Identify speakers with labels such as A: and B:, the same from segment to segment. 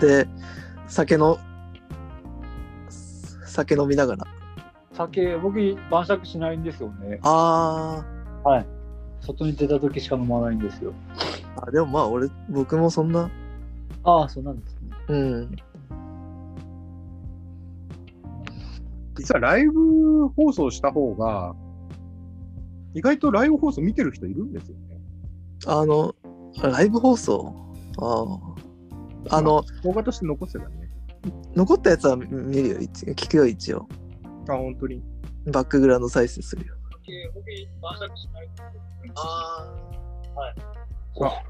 A: で、酒の、酒飲みながら。
B: 酒、僕、晩酌しないんですよね。
A: あ
B: はい。外に出た時しか飲まないんですよ。
A: ーあ、でもまあ俺、僕もそんな、
B: ああ、そうなんですね。
A: うん。
C: 実はライブ放送した方が、意外とライブ放送見てる人いるんですよね。
A: あの、ライブ放送ああ。あの、
C: 動画として残せばね。
A: 残ったやつは見るよ、一応聞くよ、一応。
C: あ、本当に。
A: バックグラウンド再生するよ。
B: 僕、晩酌しない。
A: あ
B: あ、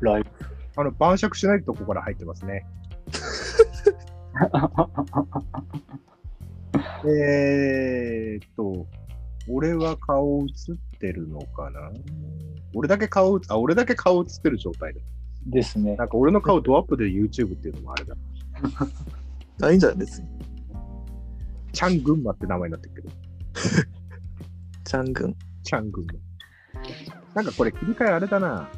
B: ライブ。
C: あの、晩酌しないとこから入ってますね。 えーっと、俺は顔映ってるのかな俺だけ顔映、あ、俺だけ顔映ってる状態だ。
B: ですね
C: な。んか俺の顔ドアップで YouTube っていうのもあれだ。
A: あ。いいんじゃない別に。
C: チャン群馬って名前になってるけど。
A: ちゃんくん。
C: チャン群馬。なんかこれ切り替えあれだな。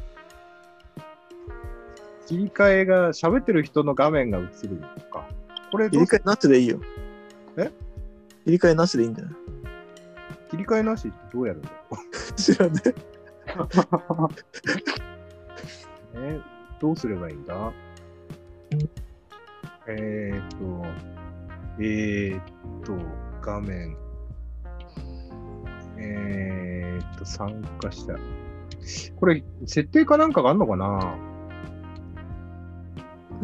C: 切り替えが喋ってる人の画面が映るのか。これ
A: 入
C: ど
A: れ
C: うす
A: 替えなしでいいよ。
C: え
A: 入れ替えなしでいいんじゃない
C: 切り替えなしってどうやるんだろ
A: 知らねえ。
C: うね。どうすればいいんだえーっと、えーっと、画面。えーっと、参加した。これ、設定かなんかがあるのかな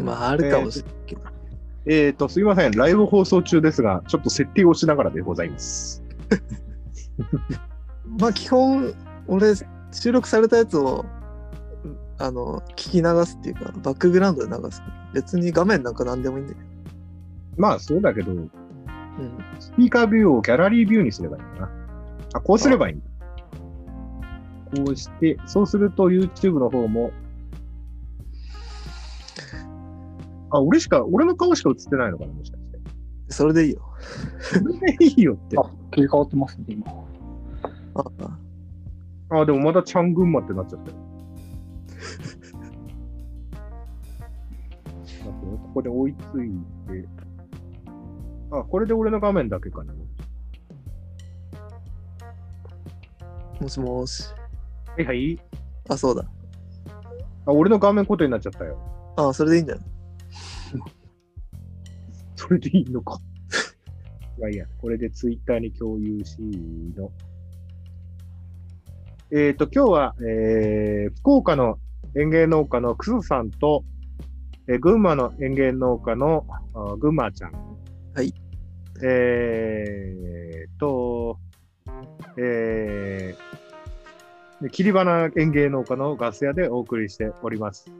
A: まあ、あるかもしれないけど。
C: えーと、すいません。ライブ放送中ですが、ちょっと設定をしながらでございます。
A: まあ、基本、俺、収録されたやつを、あの、聞き流すっていうか、バックグラウンドで流すから。別に画面なんか何でもいいんだけど。
C: まあ、そうだけど、
A: うん。
C: スピーカービューをギャラリービューにすればいいんだな。あ、こうすればいいんだ。こうして、そうすると YouTube の方も、あ、俺しか、俺の顔しか映ってないのかな、もしかして。
A: それでいいよ。
C: それでいいよって。
B: あ、切り替わってますね、 今。
A: ああ
C: あ、でもまだちゃん群馬ってなっちゃった よ。なんかここで追いついて。あ、これで俺の画面だけかな。
A: もしもし。
C: はいはい。
A: あ、そうだ。
C: あ、俺の画面ことになっちゃったよ。
A: ああ、それでいいんじゃない
C: それでいいのか。 いやいや、これでツイッターに共有しの。えっ、と、今日は、えー、福岡の園芸農家のクスさんと、えー群馬の園芸農家のあ群馬ちゃん。
A: はい。
C: えーと、えーで、切り花園芸農家のガス屋でお送りしております。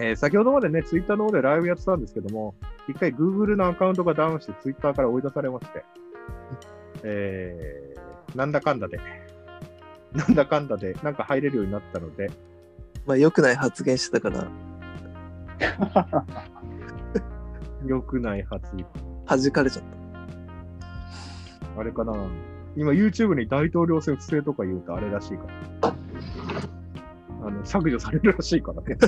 C: えー先ほどまでね、ツイッターの方でライブやってたんですけども、一回 Google のアカウントがダウンしてツイッターから追い出されまして、えー、なんだかんだで、なんだかんだで、なんか入れるようになったので、
A: まあ、良くない発言してたから、
C: 良くない発言。
A: 弾かれちゃった。
C: あれかな今 YouTube に大統領選不正とか言うとあれらしいから。あの、削除されるらしいからね。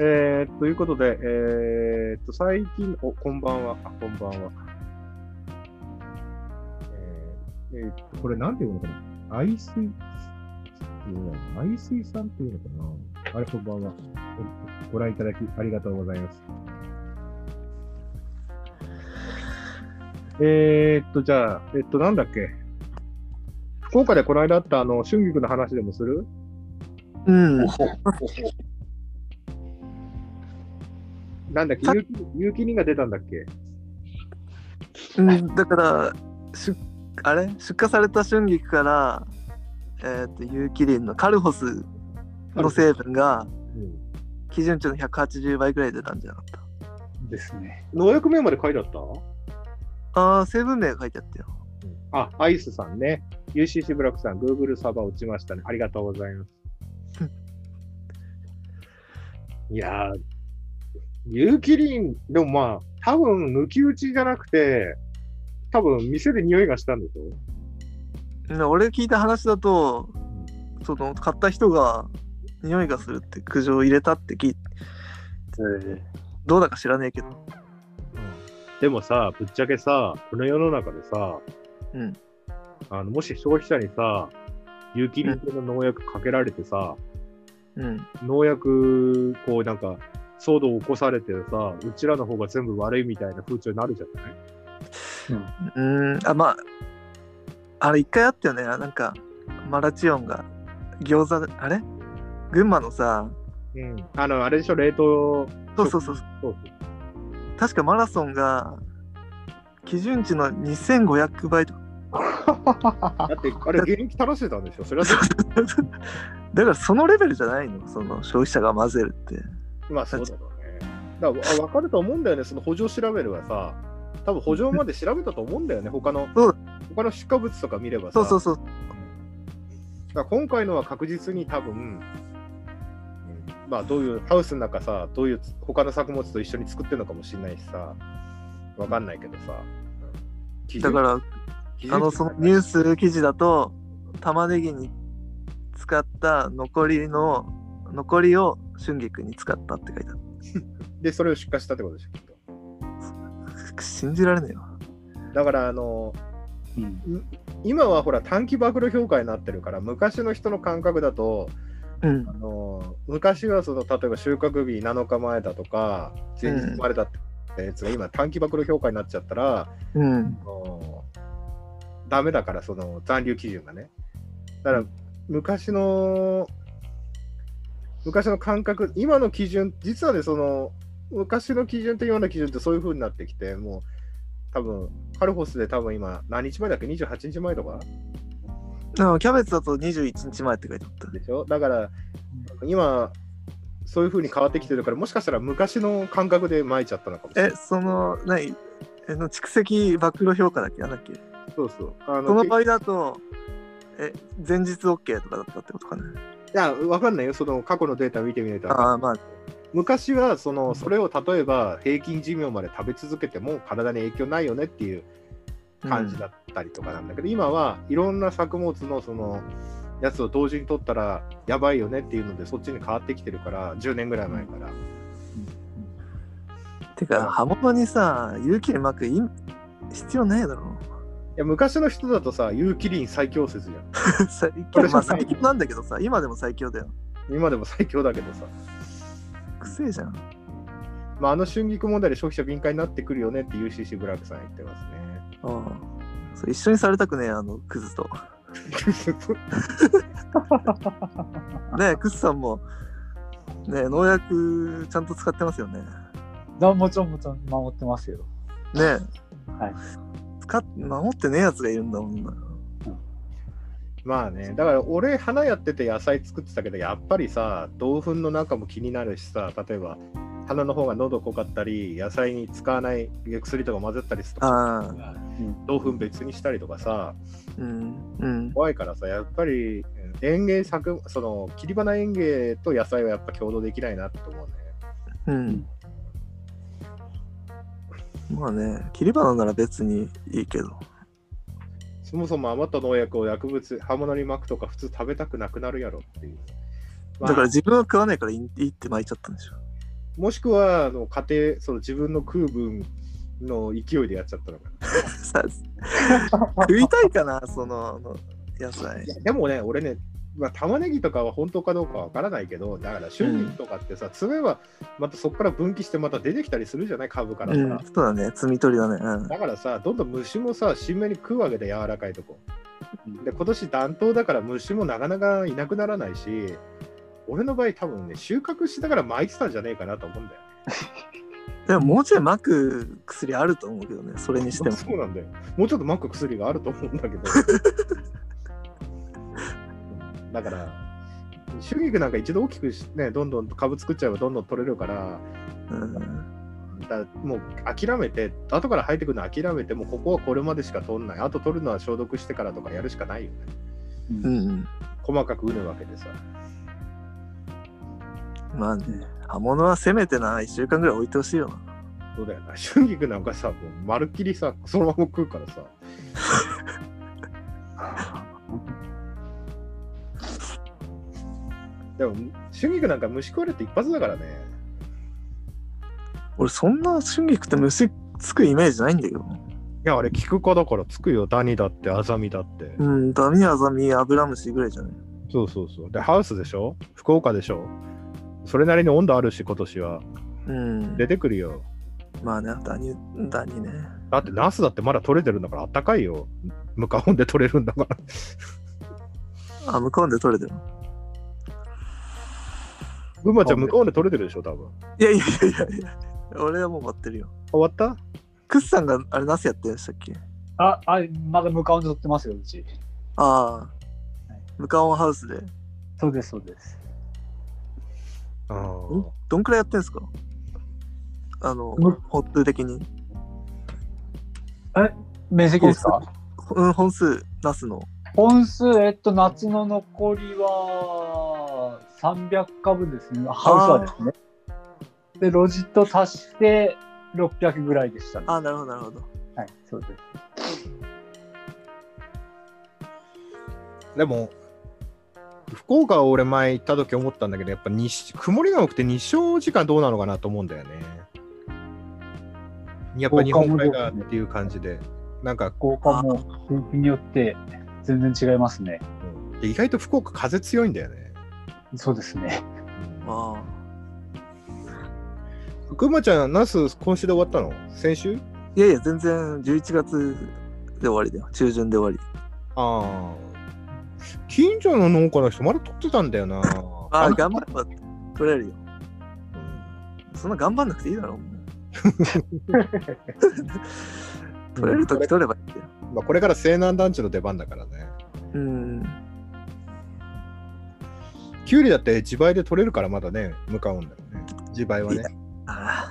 C: えー、ということで、えー、っと、最近、お、こんばんは、あ、こんばんは。えー、えーっと、これなんていうのかな愛水、うん愛水さんっていうのかなあれ、こんばんは。えっとご覧いただきありがとうございます。えー、っと、じゃあ、えっと、なんだっけ。福岡でこの間あった、あの、春菊の話でもする
A: うん。
C: なんだっけ有機有機人が出たんだっけ
A: うん、だから、出あれ出荷された春菊から、えっと有機リンのカルホスの成分が
C: うん
A: 基準値の180倍くらい出たんじゃなかっ
B: です ね。
C: 農薬名まで書いてあった
A: たああ成分名が書いてあったよ
C: あ、アイスさんね。UCC ブラックさん、Google サーバー落ちましたね。ありがとうござい ます。いやー、有機リン、でもまあ、多分抜き打ちじゃなくて、多分店で匂いがしたんでしょ
A: で俺聞いた話だとその買った人が匂いがするって苦情を入れたって聞いどうだか知らねえけど
C: でもさ、ぶっちゃけさ、この世の中でさ、
A: うん
C: あのもし消費者にさ、有機リン系の農薬かけられてさ、
A: うん
C: 農薬、こうなんか、騒動起こされてさ、うちらの方が全部悪いみたいな風潮になるじゃない
A: うんあまああれ一回あったよねあなんかマラチオンが餃子あれ群馬のさ
C: うん。あの、あれでしょ、冷凍。
A: そうそうそう
C: そう
A: 確かマラソンが基準値の2500倍とか
C: だって、あれ、現役垂らしてたんでしょそれは、
A: だからそのレベルじゃないのその消費者が混ぜるって
C: まあそうだろうね。だから、わかると思うんだよね、その補助調べればさ、多分補助まで調べたと思うんだよね、他の
A: そう、
C: 他の出荷物とか見ればさ。
A: そうそうそう
C: だから今回のは確実に多分、まあどういうハウスの中さどういう他の作物と一緒に作ってるのかもしれないしさわかんないけどさ
A: だからあのそのニュース記事だと玉ねぎに使った残りの残りを春菊に使ったって書いてあっ
C: でそれを出荷したってことでしょきっと
A: た信じられねえわ
C: だからあの
B: うん。
C: 今はほら短期暴露評価になってるから昔の人の感覚だと
A: うん
C: あの昔はその例えば収穫日7日前だとか前日生まれだってやつが今短期暴露評価になっちゃったら
A: うん
C: あのダメだから、その残留基準がね。だから、昔の、昔の感覚、今の基準、実はね、その、昔の基準と今の基準ってそういう風になってきて、もう、多分カルホスで多分今、何日前だっけ ?28 日前とか
A: だからキャベツだと21日前って書いてあった
C: でしょだから、今、そういう風に変わってきてるから、もしかしたら昔の感覚で撒いちゃったのかもしれな
A: え
C: い。
A: その何えの蓄積暴露評価だっけなんだっけ
C: そうそう。あ
A: その
C: の
A: 場合だとえ前日 OK とかだったってことかね
C: いや、わかんないよ。その過去のデータ見てみないと。
A: ああまあ
C: 昔はそのそれを例えば平均寿命まで食べ続けても体に影響ないよねっていう感じだったりとかなんだけど、今はいろんな作物のそのやつを同時に取ったらやばいよねっていうのでそっちに変わってきてるから10年ぐらい前から、
A: てか刃物にさ勇気に巻く意味必要ないだろ
C: いや昔の人だとさ有機リン最強説じゃ
A: 最
C: 俺
A: 強ま
C: じゃ
A: あ
C: ない
A: 最強なんだけどさ今でも最強だよ
C: ん今でも最強だけどさ、
A: くせえじゃん
C: まあ、あの春菊問題で消費者敏感になってくるよねって UCC ブラックさん言ってますね
A: ああそう一緒にされたくねえあのクズと。 ねえクズさんもねえ農薬ちゃんと使ってますよね。ね
B: あもちろんもちろん守ってますよ。
A: え、
B: はい。
A: 使っ守ってねえやつがいるんだもんな。
C: まあね、だから俺、花やってて野菜作ってたけど、やっぱりさ、豆腐の中も気になるしさ、例えば、花の方が喉濃かったり、野菜に使わない薬とか混ぜたりすると、
A: ああ
C: 豆腐別にしたりとかさ、
A: うんうん
C: 怖いからさ、やっぱりうん園芸作、その切り花園芸と野菜はやっぱ共同できないなと思うね。
A: うん。まあね切り花なら別にいいけど。
C: そもそも余った農薬を薬物、刃物に巻くとか、普通食べたくなくなるやろっていう。ま
A: だ
C: あ
A: から自分は食わないからいいいいって巻いちゃったんでしょ。
C: もしくはあの家庭、その自分の食う分の勢いでやっちゃったのかな。
A: さ食いたいかなそのあの野菜
C: い。やでもね、俺ね、まあ、玉ねぎとかは本当かどうかわからないけど、だから春菊とかってさ、爪はまたそこから分岐してまた出てきたりするじゃない、株から
A: う
C: さ。
A: ん、そうだね、摘み取りだね。うん
C: だからさ、どんどん虫もさ、新芽に食うわけで、柔らかいとこ。で、今年暖冬だから虫もなかなかいなくならないし、俺の場合、多分ね、収穫しながら巻いてたんじゃねえかなと思うんだよ。
A: でももうちょい巻く薬あると思うけどね、それにしても。
C: そうなんだよ。もうちょっとマック薬があると思うんだけ ど。だから、春菊なんか一度大きくし、ね、どんどん株作っちゃえばどんどん取れるから、
A: うん、
C: だからもう諦めて、後から生えてくるの諦めて、もうここはこれまでしか取んない。あと取るのは消毒してからとかやるしかないよね。
B: うん
A: うん、
C: 細かくうぬわけでさ。
A: まあね、刃物はせめてな、1週間ぐらい置いてほしいよな。
C: そうだよな。 春菊なんかさ、もうまるっきりさ、そのまま食うからさ。 でも、春菊なんか虫食われて一発だからね。
A: 俺、そんな春菊って虫つくイメージないんだけどな。
C: いや、あれ、菊科だからつくよ。ダニだって、アザミだって。
A: うん、ダミアザミ、アブラムシぐらいじゃない。
C: そうそうそう。で、ハウスでしょ福岡でしょそれなりに温度あるし、今年は。
A: うん。
C: 出てくるよ。
A: まあね、ダニ、ダニね。
C: だって、ナスだってまだ取れてるんだから、あったかいよ。向かうんで取れるん だから。
A: あ、向こうで取れてる。
C: 群馬ちゃん、向かうんで取れてるでしょ、多分。
A: いやいやいやいや、俺はもう待ってるよ。
C: 終わった
A: クッさんがあれナスやってるんでしたっけ
B: あ、あ、まだ向かうんで撮ってますよ、うち。
A: ああ
B: はい。
A: ムカオンハウスで。
B: そうです、そうです。
C: あ
A: ん
C: ー
A: どんくらいやってんすかあの
B: む、
A: 本数的に。
B: 面積ですか
A: ほうん、本数、ナスの。
B: 本数、えっと、夏の残りは300株ですね。ハウスはですね。で、ロジット足して600ぐらいでしたね。
A: ああ、なるほど、なるほど。
B: はい、そうです。
C: でも、福岡は俺前行った時思ったんだけど、やっぱ日曇りが多くて日照時間どうなのかなと思うんだよね。やっぱ日本海側っていう感じで、なんか
B: 効果も天気によって全然違いますね。
C: うん意外と福岡風強いんだよね。
B: そうですね。
A: ああ。
C: くまちゃん、ナス今週で終わったの先週
A: いやいや、全然11月で終わりだよ。中旬で終わり。
C: ああ。近所の農家の人まだ取ってたんだよな。
A: ああ、
C: の
A: 頑張れば取れるよ。
C: うん
A: そんな頑張んなくていいだろ、もう取れるとき取ればいいんだよ。
C: まあ、これから西南団地の出番だからね。
A: うん。
C: キュウリだって自売で取れるからまだね、向かうんだよね。自売はね。
A: ああ。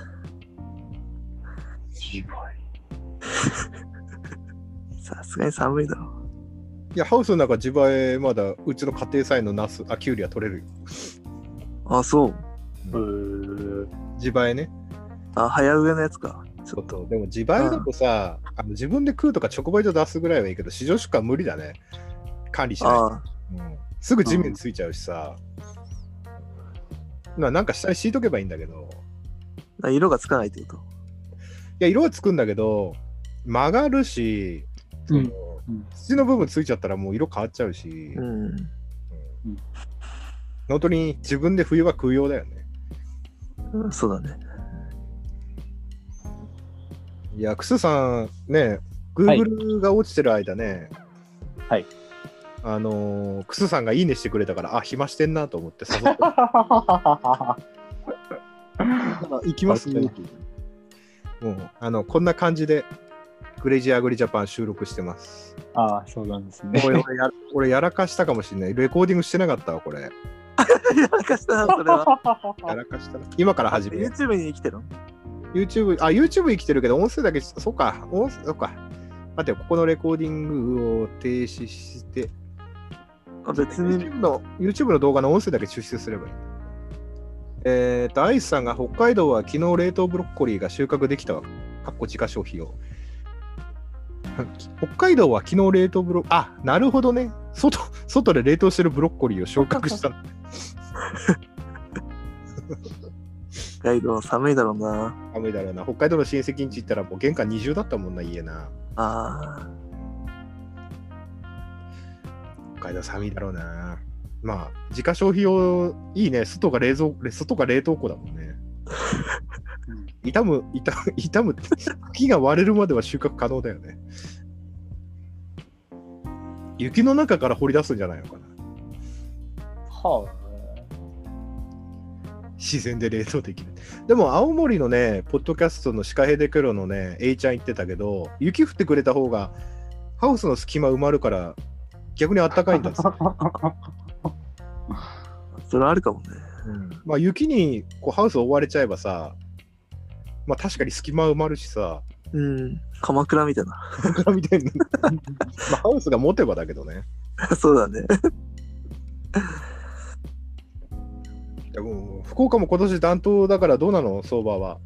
A: さすがに寒いだろ。
C: いや、ハウスの中、自前、まだ、うちの家庭菜のナス、あ、キュウリは取れるよ。
A: あ、そう。
C: 自前ね。
A: あ、早植えのやつか。ちょっと。
C: でも、自前だとさ、あの自分で食うとか直売所出すぐらいはいいけど、市場出荷は無理だね。管理しないと。
A: あ
C: うんすぐ地面ついちゃうしさ。まあなんか下に敷いとけばいいんだけど。
A: あ、色がつかないってこと。
C: いや、色はつくんだけど、曲がるし、その
B: うんうん
C: 土の部分ついちゃったらもう色変わっちゃうし、
A: うん。
C: 本当に自分で冬は食う用だよね。
A: うん、そうだね。
C: いや、クスさん、ね、
B: はい
C: Google が落ちてる間ね、
B: はい。
C: あのークスさんがいいねしてくれたから、あ、暇してんなと思って誘って、 行きますね。もう、あの、こんな感じで、グレイジーアグリジャパン収録してます。
B: ああ、そうなんですね。
C: 俺俺 や、俺やらかしたかもしれない。レコーディングしてなかったわ、これ。
A: やらかしたな、それは。
C: やらかしたな。今から 始めよ
A: YouTube に生きてるの
C: う YouTube、あ、YouTube 生きてるけど、音声だけ、そうか、音声、そうか。待ってよ、ここのレコーディングを停止して、
A: あ別に
C: YouTube の YouTube の動画の音声だけ抽出すればいい。えっ、と、アイスさんが北海道は昨日冷凍ブロッコリーが収穫できたわ。かっこ自家消費を。北海道は昨日冷凍ブロッあ、なるほどね。外、外で冷凍してるブロッコリーを消化した。
A: ガイド寒いだろうな。
C: 寒いだろうな。北海道の親戚ん家行ったらもう玄関二重だったもんな、家な。
A: あ
C: 北海道寒いだろうな。まあ、自家消費用、いいね。外が冷蔵、外が冷凍庫だもんね。傷む、傷む、傷むって、茎が割れるまでは収穫可能だよね。雪の中から掘り出すんじゃないのかな。
B: は
C: 自然で冷凍できる。でも、青森のね、ポッドキャストのシカヘデクロのね、A ちゃん言ってたけど、雪降ってくれた方が、ハウスの隙間埋まるから、逆にあったかいんだっつって
A: それあるかもね。
C: まあ、雪にこうハウス覆われちゃえばさ、まあ、確かに隙間埋まるしさ、
A: うん。鎌倉みたいな。
C: みたいなまあハウスが持てばだけどね。
A: そうだね。
C: いやもう福岡も今年暖冬だからどうなの相場は。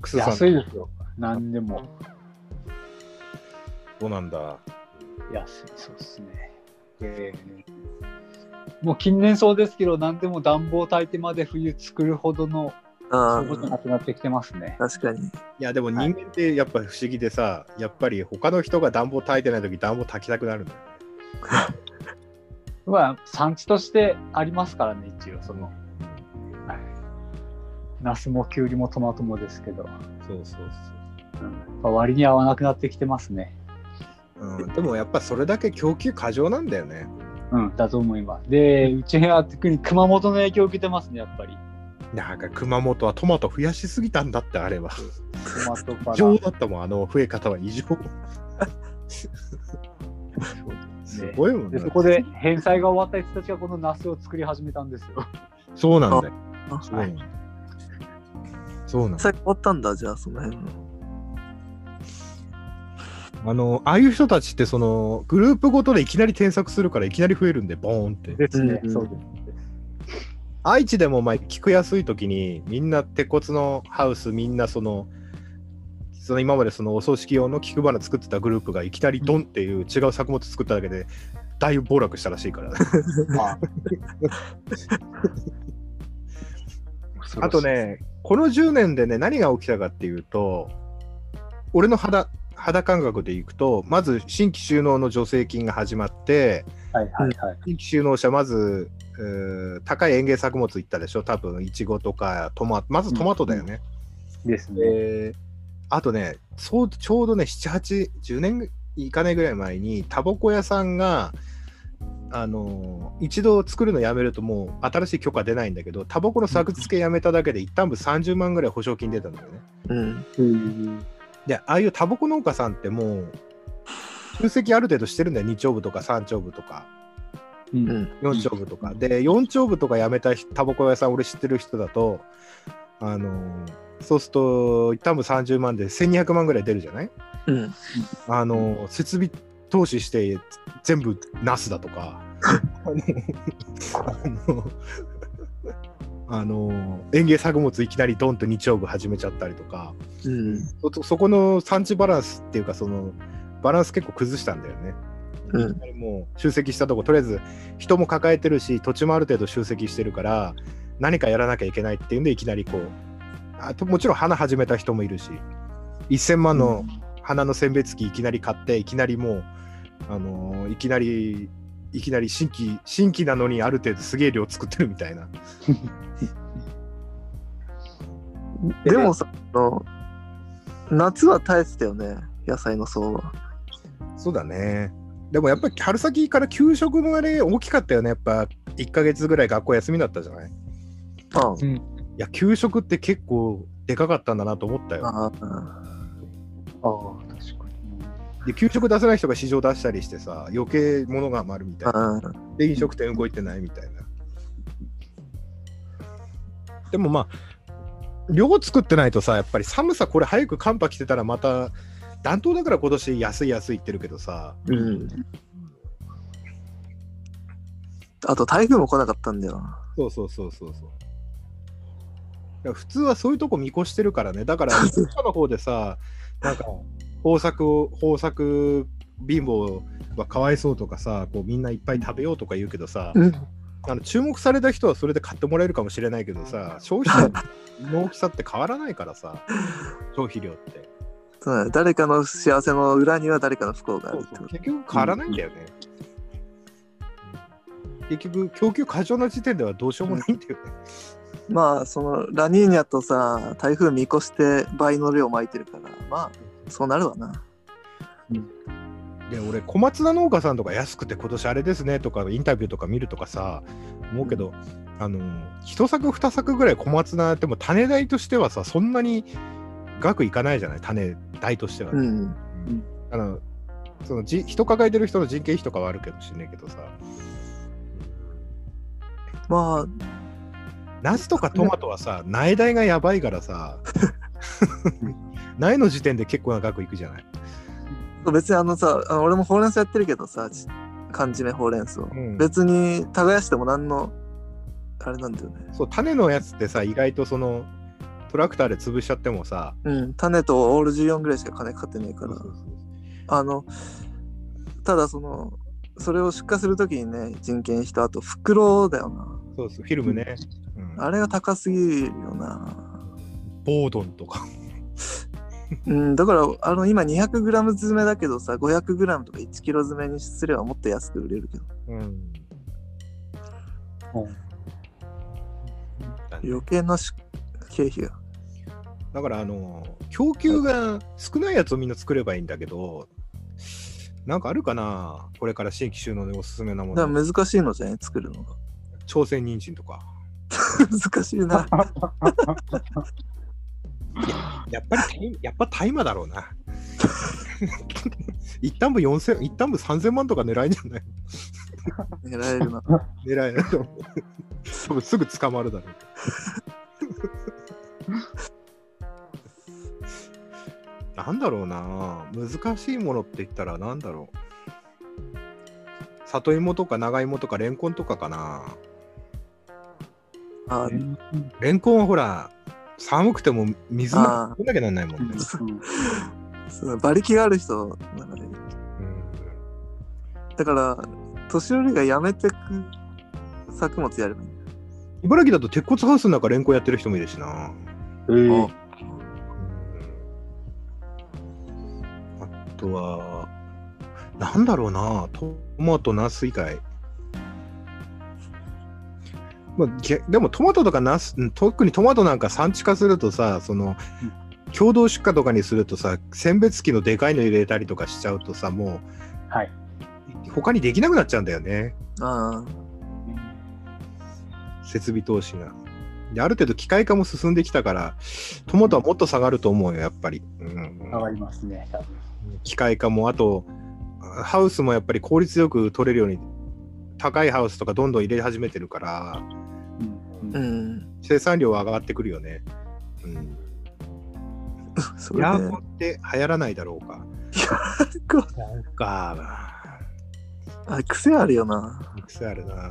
C: くすさん、
B: 安
C: ど
B: いですよ。何でも。
C: うなんだ。
B: 安い、そうですね。えーもう近年そうですけど、何でも暖房焚いてまで冬作るほどの、
A: あ
B: そ
A: あ
B: ういう、ことなくなってきてますね。
A: 確かに。
C: いやでも人間ってやっぱ不思議でさ、やっぱり他の人が暖房炊いてない時暖房炊きたくなるんだよ。
B: まあ、産地としてありますからね、一応、その。はいナスもキュウリもトマトもですけど、
C: そうそう
B: うん割に合わなくなってきてますね。
C: そう。うん、でもやっぱそれだけ供給過剰なんだよね。
B: うん、だと思います。で、うちは特に熊本の影響を受けてますね、やっぱり。
C: なんか熊本はトマト増やしすぎたんだってあれは。
B: トマトか
C: 異
B: ら。
C: 常だったもん、あの増え方は 異常。すごいもん
B: で、
C: ね。
B: そこで返済が終わった人たちがこのナスを作り始めたんですよ。
C: そうなんだよ。
A: あ
C: すごい。そうなんだ
A: さっき終わったんだ、じゃあ、その辺の。
C: あの、ああいう人たちって、その、グループごとでいきなり添削するから、いきなり増えるんで、ボーンって。
B: ですね。
A: うん
B: そうです。
C: 愛知でも前聞くやすい時にみんな鉄骨のハウスみんなそのその今までそのお葬式用の菊花作ってたグループがいきなりドンっていう違う作物作っただけでだいぶ暴落したらしいから
B: あ
C: あと、ねこの10年でね何が起きたかっていうと俺の肌肌感覚でいくとまず新規収納の助成金が始まって
B: はいはいはい。
C: 新規収納者まずうー高い園芸作物いったでしょ多分いちごとかトマまずトマトだよね、
B: ですね。
C: えーあとねそうちょうどね7810年いかないぐらい前にタバコ屋さんがあのー一度作るのやめるともう新しい許可出ないんだけどタバコの作付けやめただけで一旦分30万ぐらい保証金出たんだよね。
A: うん。
C: でああいうタバコ農家さんってもう集積ある程度してるんだよ2丁部とか3丁部とか
B: うん
A: うん
C: 4丁部とか、で4丁部とかやめた人タバコ屋さん俺知ってる人だとあのーそうすると一旦分30万で1200万ぐらい出るじゃない
A: うん。
C: あの設備投資して全部ナスだとかあのあの園芸作物いきなりドンと2丁具始めちゃったりとか
A: うん。
C: そそこの産地バランスっていうかそのバランス結構崩したんだよね。
A: うん
C: いきなりもう集積したとことりあえず人も抱えてるし土地もある程度集積してるから何かやらなきゃいけないっていうんでいきなりこうあともちろん花始めた人もいるし1000万の花の選別機いきなり買っていきなりもう、あのーいきなりいきなり新規新規なのにある程度すげえ量作ってるみたいな。
A: でもさ、あの夏は耐えてたよね、野菜の相場。
C: そうだね。でもやっぱり春先から給食のあれ大きかったよね。やっぱ1ヶ月ぐらい学校休みだったじゃないい
A: あ
C: や、給食って結構でかかったんだなと思ったよ。
A: ああ
B: ああ、確かに。
C: で、給食出せない人が市場出したりしてさ、余計物が余るみたいな。
A: あ、
C: で、飲食店動いてないみたいな。でもまあ、量作ってないとさ、やっぱり寒さこれ早く寒波来てたらまた、暖冬だから今年安い安い言ってるけどさ、
A: うん。あと台風も来なかったんだよな。
C: そうそうそうそうそう。だから普通はそういうとこ見越してるからね。だから、 福岡の方でさ、なんか、豊作を、豊作貧乏はかわいそうとかさ、こうみんないっぱい食べようとか言うけどさ、
A: うん。
C: あの注目された人はそれで買ってもらえるかもしれないけどさ、消費者の大きさって変わらないからさ、消費量って。
A: そうだね誰かの幸せの裏には誰かの不幸があ
C: そ
A: るっ
C: う
A: て
C: そ
A: こ
C: う
A: と。
C: 結局変わらないんだよね。結局、供給過剰な時点ではどうしようもないんだよね。
A: まあ、そのラニーニャとさ、台風見越して倍の量まいてるから、まあ、そうなるわな。
C: で俺小松菜農家さんとか安くて今年あれですねとかインタビューとか見るとかさ思うけどあの一作二作ぐらい小松菜っても種代としてはさそんなに額いかないじゃない種代としては、
A: うん。
C: あのそのじ人抱えてる人の人件費とかはあるかもしれないけどさ
A: まあ、
C: ナスとかトマトはさ苗代がやばいから さ苗の時点で結構な額いくじゃない、
A: 別にあのさ、あの俺もほうれん草やってるけどさ、ち缶詰ほうれん草。
C: うん
A: 別に耕しても何の、あれなんだよね。
C: そう種のやつってさ意外とそのトラクターで潰しちゃってもさ
A: うん。種とオール14ぐらいしか金かかってないから。あの、ただその、それを出荷するときにね、人件費と、あと袋だよな。
C: そうそうフィルムね、うん
A: あれが高すぎるよな。
C: ボードンとか
A: うん、だから、あの、今 200g 詰めだけどさ、500g とか 1kg 詰めにすればもっと安く売れるけど、
C: うん
A: 余計なし経費が。
C: だからあの供給が少ないやつをみんな作ればいいんだけどなんかあるかなこれから新規収納でおすすめなも
A: だか
C: の
A: ら難しいのじゃない作るのが。
C: 朝鮮人参とか
A: 難しいな。
C: やっぱりタイやっぱ大麻だろうな 一旦部4000一旦部3000万とか狙いじゃない
A: 狙えるな。
C: 狙いだと思う多分すぐ捕まるだろうなんだろうな難しいものって言ったらなんだろう里芋とか長芋とかレンコンとかかな
A: あー
C: レンコンはほら寒くても水な
A: あー
C: くなきゃなんないもんね、
A: その馬力がある人なので。
C: うん
A: だから、年寄りがやめてく作物やればいい。
C: 茨城だと鉄骨ハウスの中レンコンやってる人もいるしな
B: うん
C: あとは、なんだろうな、トマト、ナス以外。まあ、げでもトマトとかナス、うん特にトマトなんか産地化するとさ、その、共同出荷とかにするとさ、選別機のでかいの入れたりとかしちゃうとさ、も
B: はい。
C: う、他にできなくなっちゃうんだよね、
A: あ
C: 設備投資が。で、ある程度機械化も進んできたから、トマトはもっと下がると思うよ、やっぱり。うん
B: 上がりますね。多分
C: 機械化もあとハウスもやっぱり効率よく取れるように高いハウスとかどんどん入れ始めてるから
B: うん
A: あ。うん。
C: 生産量は上がってくるよね。うん、
A: そ
C: エ
A: れ
C: ア
A: で、
C: コンって流行らないだろうか。か
A: あ癖あるよな。
C: 癖あるな。あ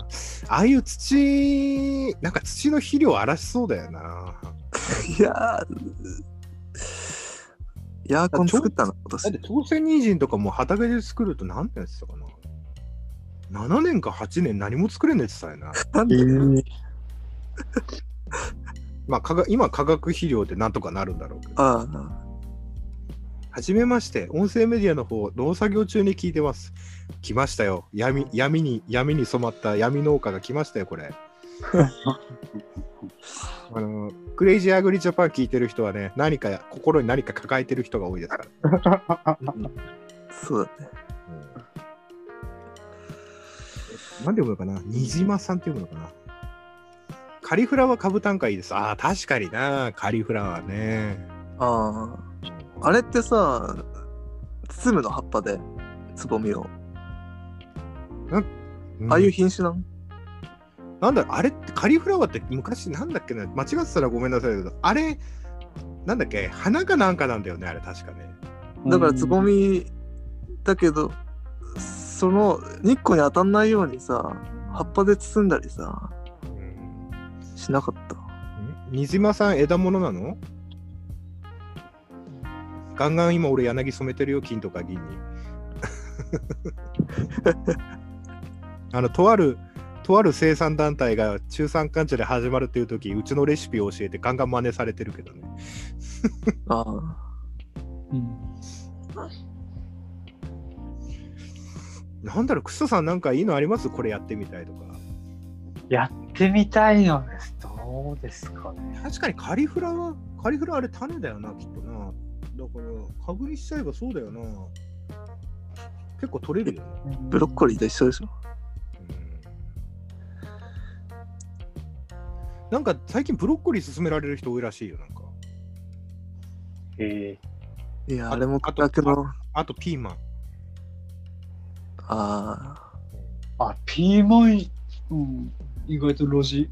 C: あいう土なんか土の肥料荒らしそうだよな。
A: いやー、エアコン作ったの、今
C: だって
A: 年。
C: 朝鮮人参とかもう畑で作ると何年やってたかな ?7 年か8年何も作れんねえって言ってた
A: な
C: よな。
A: んで、
C: まあ化学今化学肥料ってなんとかなるんだろうけど。
A: ああ。
C: はじめまして、音声メディアの方、農作業中に聞いてます。来ましたよ。闇闇に闇に染まった闇農家が来ましたよ、これ。あのクレイジーアグリジャパン聞いてる人はね、何か心に何か抱えてる人が多いですから。
A: そうだね。
C: うん、なんて読むのかなにじまさんって読むのかなカリフラワー株単価いいです。ああ、確かにな、カリフラワーね。
A: ああ。あれってさ、包むの葉っぱで、つぼみを。
C: うん
A: ああいう品種なの、
C: なんだろうあれってカリフラワーって昔なんだっけな間違ってたらごめんなさいけどあれなんだっけ花かなんかなんだよねあれ確かね
A: だからつぼ。みだけど、その日光に当たんないようにさ、葉っぱで包んだりさ、
C: うん
A: しなかった。
C: にじまさん枝物なのガンガン今俺柳染めてるよ金とか銀に あのとあるとある生産団体が中産患者で始まるっていう時うちのレシピを教えてガンガン真似されてるけどね
A: ああ。
B: うん
C: なんだろうクソさんなんかいいのありますこれやってみたいとか
B: やってみたいのです。どうですかね。
C: 確かにカリフラワー、カリフラワーあれ種だよな、きっとな。だから、株にしちゃえばそうだよな。結構取れるよね。
A: ブロッコリーと一緒でしょ。
C: なんか最近ブロッコリー勧められる人多いらしいよ、なんか。
B: え
A: いや、
C: あ
A: あれも価格
C: あ
A: の、
C: あとピーマン。。
A: あ
B: あ、ピーマン、うん、意外と路地、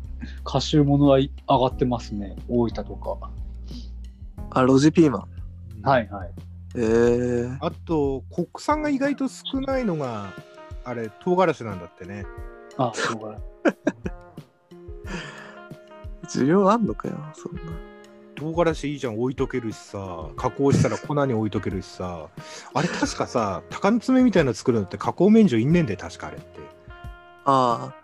B: 歌集物はい上がってますね。大分とか。
A: ーあ、ロジピーマン。
B: はいいはい。
A: えー、
C: あと、国産が意外と少ないのが、あれ、唐辛子なんだってね。
B: あ、そうか。
A: 需要あんのかよ、そんな。
C: 唐辛子いいじゃん置いとけるしさ加工したら粉に置いとけるしさあれ確かさ鷹の爪みたいなの作るのって加工免除いんねんで確かあれって
A: ああ。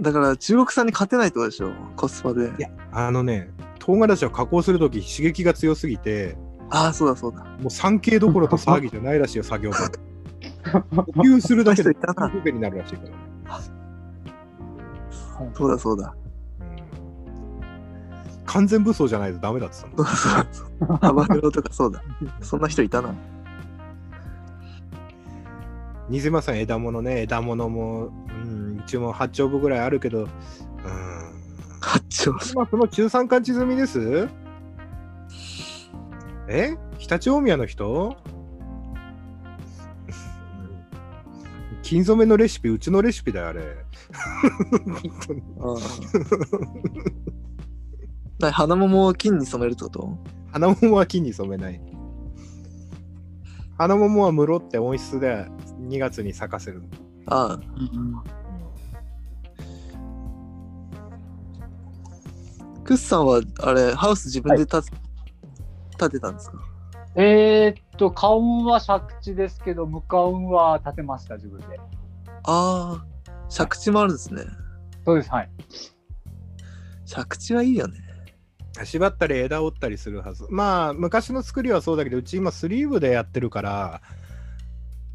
A: だから中国産に勝てないってことでしょ、コスパで。
C: いやあのね唐辛子は加工する時刺激が強すぎて
A: ああ、そうだそうだ。
C: もう産経どころと騒ぎじゃないらしいよ 作業場呼吸するだけで
A: 人いたな
C: ブベになるらしいからね、
A: そうだそうだ。
C: うん完全武装じゃないとダメだって言ってた
A: そう
C: も
A: だ
C: ん
A: そうだ。 幅広とかそうだ。そんな人いたな。
C: 新島さん枝物ね枝物もうん一応も8丁分ぐらいあるけどうん
A: 八丁。
C: 今その中山間地済みですえ常陸大宮の人 うん金染めのレシピうちのレシピだよあれ本当に
A: あ あ。なに鼻ももを金に染めるってこと
C: 花桃は金に染めない花桃は室って温室で2月に咲かせるの
A: ああ。クッさんはあれ、ハウス自分で建て,、建てたんですか
B: えーっと、花運は借地ですけど、無花運は建てました、自分で。
A: ああ。借地もあるんですね。
B: そうです、はい。
A: 借地はいいよね。
C: 縛ったり枝折ったりするはずまあ昔の作りはそうだけどうち今スリーブでやってるから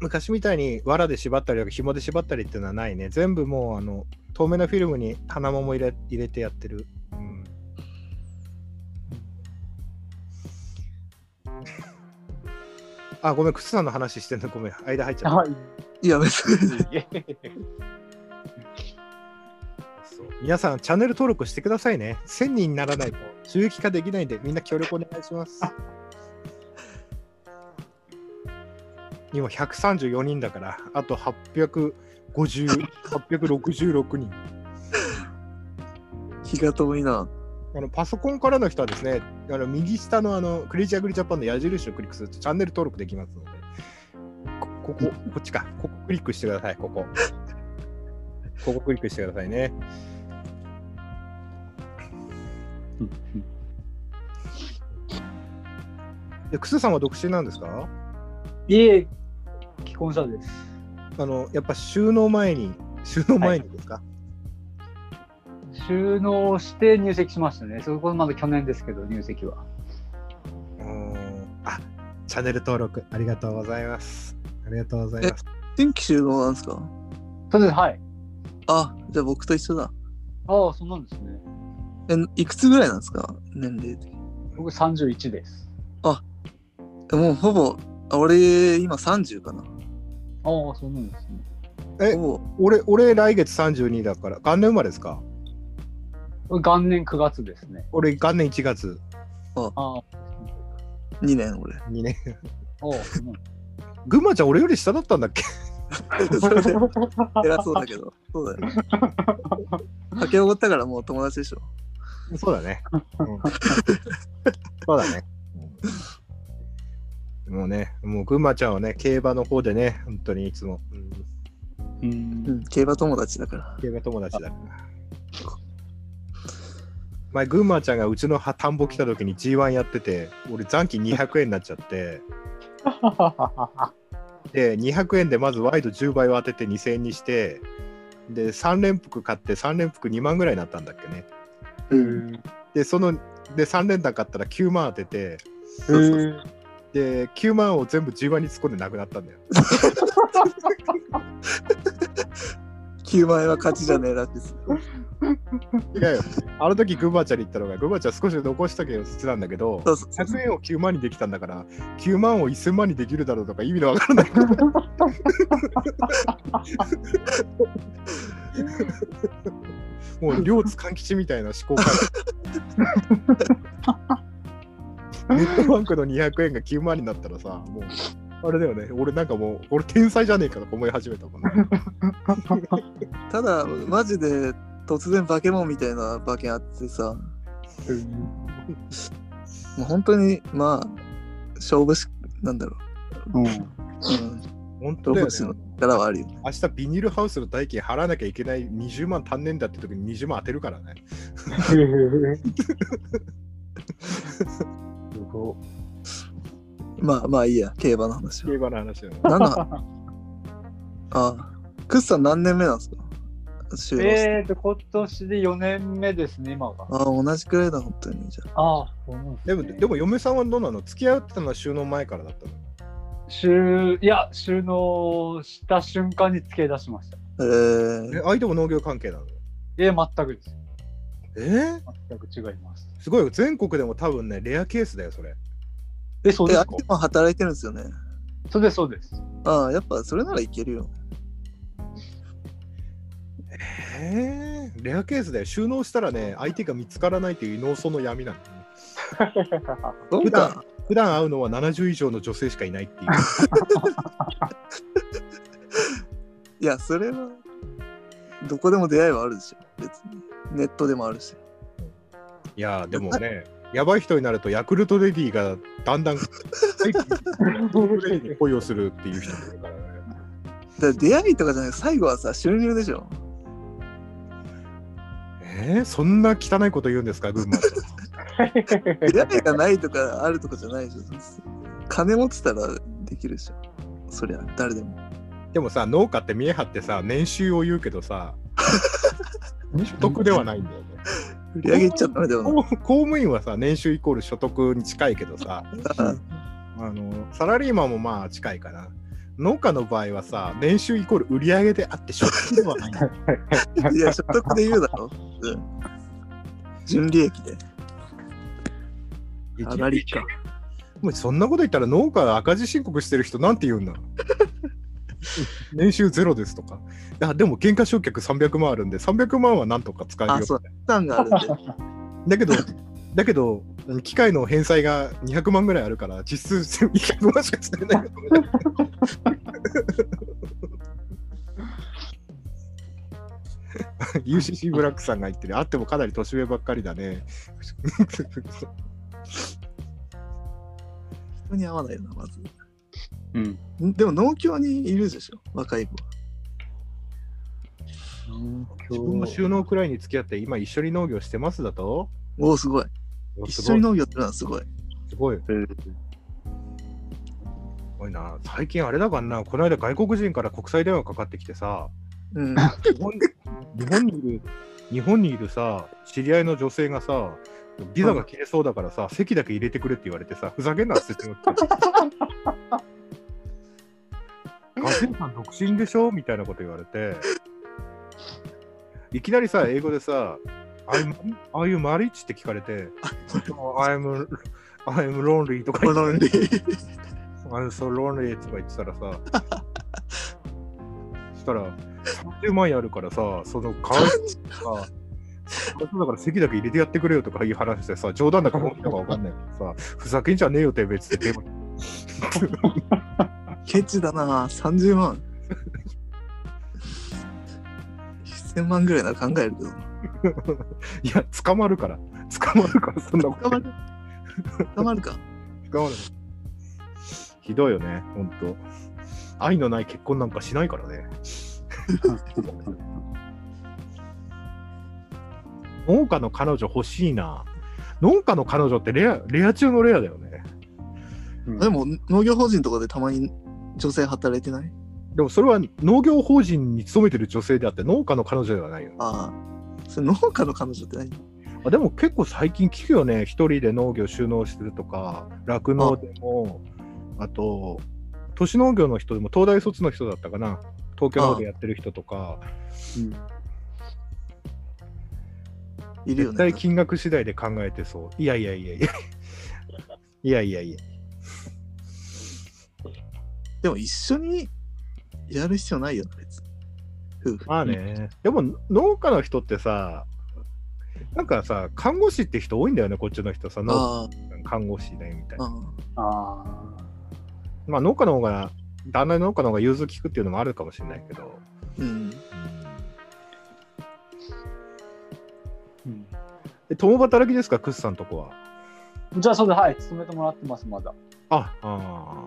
C: 昔みたいに藁で縛ったりとか紐で縛ったりっていうのはないね全部もうあの透明なフィルムに花もも入れ入れてやってる、うん、あごめん靴さんの話してんのごめん間入っちゃった
B: はい。
A: いや、別に。
C: そう皆さんチャンネル登録してくださいね1000人にならないと収益化できないんでみんな協力お願いします今134人だからあと8508666人
A: 気が遠いな。
C: あのパソコンからの人はですねあの右下のあのクレイジーアグリジャパンの矢印をクリックするとチャンネル登録できますのでここここっちかここクリックしてくださいこ こここクリックしてくださいねでクスさんは独身なんですか
B: いえ、既婚者です。
C: あのやっぱ収納前に収納前にですか、
B: 収納して入籍しましたね。そこまだ去年ですけど、入籍は。
C: うーんあチャンネル登録ありがとうございますありがとうございます
A: 新規集合なんですか
B: そうです、はい。
A: あ、じゃあ僕と一緒だ。
B: ああ、そうなんですね。
A: え、いくつぐらいなんですか年齢的に
B: 僕31です。
A: えもうほぼ、あ俺、今30かな。
B: ああ、そうなんですね。
C: え
A: ほぼ、
C: 俺、俺、来月32だから、元年生まれですか
B: 元年9月ですね。
C: 俺、元年1月、
B: ああ、
A: 2年俺。
C: 2年。
B: おうそうなんで
C: 群馬ちゃん、俺より下だったんだっけ
A: それで偉そうだけど。そうだよ。酒おごったからもう友達でしょ。
C: そうだね。 うんそうだね。うんもうね、もう群馬ちゃんはね、競馬の方でね、本当にいつも、う
B: す
C: ん
B: ねうん
A: うん、競馬友達だから。
C: 競馬友達だから。前、群馬ちゃんがうちの田んぼ来た時に G1 やってて、俺、残金200円になっちゃって、で200円でまずワイド10倍を当てて2000円にしてで3連服買って3連服2万ぐらいになったんだっけね
A: うん。
C: でそので3連単買ったら9万当てて
A: そうそうそう
C: で9万を全部10万に突っ込んでなくなったんだよ
A: 9万円は勝ちじゃねえらしいです。
C: 違うよあの時グーバーチャに行ったのがグーバーチャ少し残したけどしてたんだけど
A: そうそうそう
C: 100円を9万にできたんだから9万を1000万にできるだろうとか意味のわからないもう両津勘吉みたいな思考からネットバンクの200円が9万になったらさもうあれだよね俺なんかもう俺天才じゃねえかとか思い始めたもんね
A: ただ、マジで突然バケモンみたいな馬券あってさ、もう本当に、まあ、勝負し、なんだろ
B: うん。
A: う、うん、
C: 本
A: 動
C: 当だよ
A: 物
C: ね
A: の力はあるよね。
C: 明日ビニールハウスの代金払わなきゃいけない20万足んねえんだって時に20万当てるからね
B: すご
A: まあまあいいや、競馬の話は。
C: 競馬の話だよね
A: 何の話ああ、クッさん何年目なんですか就労
B: い。
A: して。
B: えーと、今年で4年目ですね、今が。
A: ああ、同じくらいだ、本当に。じゃ
B: ああ、そうなん
C: でも
B: ね
C: でも嫁さんはどうなの付き合ってたのは収納前からだったの
B: 収いや収納した瞬間に付け出しました。
A: あ。え
C: え
A: ー、
C: 相手も農業関係なの
B: え全くです。
C: えー
B: 全く違います。
C: すごいよ全国でも多分ねレアケースだよそれ
B: えそう
A: え、
B: です
A: 相
B: か
A: 手も働いてるんですよね。
B: そうですそうです。
A: ああ、やっぱそれならいけるよ。
C: えー、レアケースだよ収納したらね相手が見つからないという農村の闇なの
A: そうか。
C: 普段会うのは70以上の女性しかいな いっていう
A: いや、それは、どこでも出会いはあるでしょ。別に。ネットでもあるし。
C: いやーでもねやばい人になるとヤクルトレディがだ んだんヤクルトレディに恋をするっていう人もいるからね
A: だから出会いとかじゃなくて、最後はさ、収入でしょ。
C: えー、そんな汚いこと言うんですか群馬
A: 出会いがないとかあるとかじゃないでしょ。金持ってたらできるでしょ。そりゃ、誰でも。
C: でもさ農家って見え張ってさ年収を言うけ どさ所得ではないんだよね
A: 売り上げいっちゃダメだよな。
C: 公公務員はさ年収イコール所得に近いけどさあのサラリーマンもまあ近いかな農家の場合はさ年収イコール売り上げであって所得ではない
A: いや、所得で言うだろ。うん。純利益で。上がりか。
C: もうそんなこと言ったら農家赤字申告してる人なんて言 うんだ年収ゼロですとかいやでも減価償却300万あるんで300万はなんとか使えるよ
A: あ、そう。負担があるんで。
C: だけど、 だけど、機械の返済が200万ぐらいあるから、実数200万しか使えない。UCC ブラックさんが言ってる、あってもかなり年上ばっかりだ ね。
A: 人に合わないよな、まず。
B: うん。
A: んでも農協にいるでしょ、若い子は。
C: 自分も収納くらいに付き合って、今一緒に農業してますだと
A: おお、すごい。一緒に
C: す
A: 農業するのはすごい。
C: ごい。すごいな。最近あれだからな、この間外国人から国際電話かかってきてさ、
A: うん。
C: 日本日本にいる日本にいるさ知り合いの女性がさビザが切れそうだからさ、席だけ入れてくれって言われてさふざけんなって言ってたガセンさん独身でしょみたいなこと言われていきなりさ英語でさ「I'm, are you married?」って聞かれて「I'm, I'm lonely」とか
A: こ
C: 言っ
A: の
C: て
A: 利益。
C: I'm so lonely とか言ってたらさ、 そしたら、30万円あるからさ、その買うさ、そうだから席だけ入れてやってくれよとかいう話でさ、冗談だか本気だか分かんないけどさ、ふざけんじゃねえよって別に電話。
A: ケチだな、30万。1000万ぐらいなら考えるけど。
C: いや、捕まるから、捕まるから、そんなこ
A: 捕
C: と。
A: まる。捕まるか。
C: 捕まる。ひどいよね、ほんと。愛のない結婚なんかしないからね。農家の彼女欲しいな。農家の彼女ってレアレア中のレアだよね。
A: でも農業法人とかでたまに女性働いてない
C: でもそれは農業法人に勤めてる女性であって農家の彼女ではないよね。
A: ああ。それ農家の彼女って何
C: あでも結構最近聞くよね。一人で農業収納してるとか、酪農でも、あと、都市農業の人でも東大卒の人だったかな。東京農でやってる人とか、
A: いるよ
C: 絶
A: ね
C: 対。金額次第で考えてそう。いやいやいや いや。いやいやいや。
A: でも一緒にやる必要ないよな、別に。夫婦。
C: まあね。でも農家の人ってさ、なんかさ、看護師って人多いんだよね、こっちの人さ、農
A: あ
C: 看護師だよみたい
A: あ、
C: な。
A: うん
B: ああ。
C: まあ、農家の方が、旦那の農家の方が融通きくっていうのもあるかもしれないけど、
A: うん。
B: うん
C: え共働きですか、クスさんとこは。
B: じゃあ、それで、はい、勤めてもらってます、まだ。
C: ああ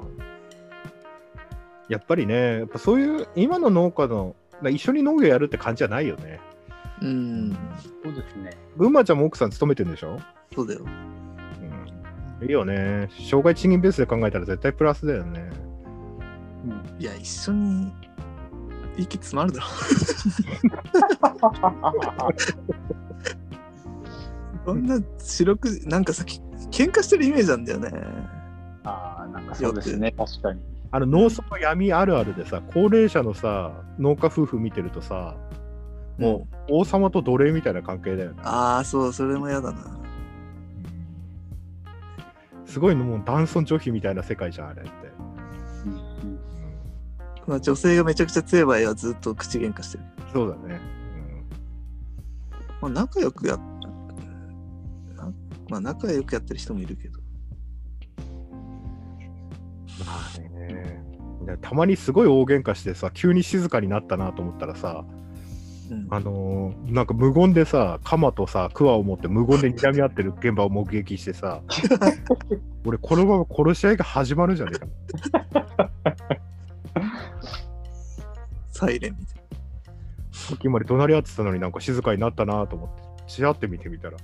C: ーやっぱりね、やっぱそういう、今の農家の、な一緒に農業やるって感じじゃないよね。
A: うん。
B: そうですね。
C: 群馬ちゃんも奥さん勤めてるんでしょ、
A: そうだよ。
C: うん、いいよね。障害賃金ベースで考えたら絶対プラスだよね。
A: いや、一緒に息詰まるだ ろ。そんな四六時、なんかさ、き喧嘩してるイメージなんだよね。
B: ああ、なんかそうですね、確かに。
C: あの農村の闇あるあるでさ、高齢者のさ、農家夫婦見てるとさ、もう王様と奴隷みたいな関係だよね。
A: ああ、そう、それも嫌だな。
C: すごいの、もう男尊女卑みたいな世界じゃん、あれって。
A: まあ、女性がめちゃくちゃ強い場合はずっと口喧嘩してる。
C: そうだね。
A: まあ、仲良くやっ、なまあ、仲良くやってる人もいるけど。
C: うん、ねでたまにすごい大喧嘩してさ、急に静かになったなと思ったらさ、
A: うん、
C: あのーなんか無言でさ、鎌とさ、クワを持って無言で睨み合ってる現場を目撃してさ、俺、このまま殺し合いが始まるんじゃねえかな。
A: サイレンみたいな。
C: さっきまで怒鳴り合ってたのになんか静かになったなと思って。ちらって見てみたら、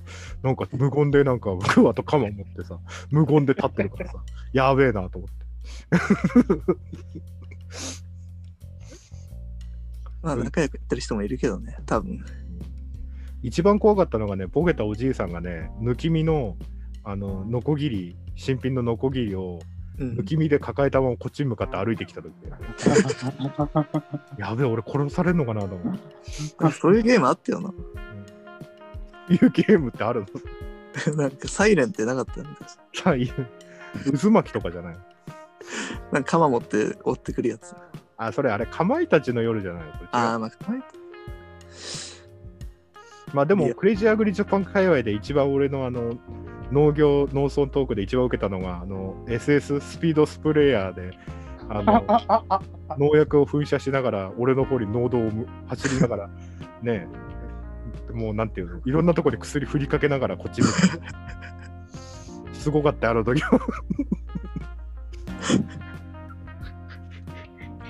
C: なんか無言でなんかクワと鎌持ってさ、無言で立ってるからさ、やべえなと思って。
A: まあ、仲良くやってる人もいるけどね、多分。
C: 一番怖かったのがね、ボケたおじいさんがね、抜き身の、あの、ノコギリ、新品のノコギリを、
A: うん
C: 抜き身で抱えたままこっちに向かって歩い てきた時、やべえ、俺殺されるのかなと思って。
A: そういうゲームあったよな。
C: いうゲームってあるの
A: なんか、サイレンってなかったんだよ
C: さあ、いう渦巻きとかじゃない
A: なんか、鎌持って追ってくるやつ。
C: あ、それあれ、かまいたちの夜じゃないこれ違う
A: ああ、まあ、かわいい
C: まあで
A: い
C: も、
A: や
C: クレイジーアグリジャパン界隈で一番俺のあの農業、農村トークで一番受けたのが、あの SS スピードスプレーヤーで、あ の農薬を噴射しながら、俺の方に農道をむ走りながら、ねえ、もうなんていうの、いろんなところに薬振りかけながら、こっち向いて。すごかったよ、あの時は。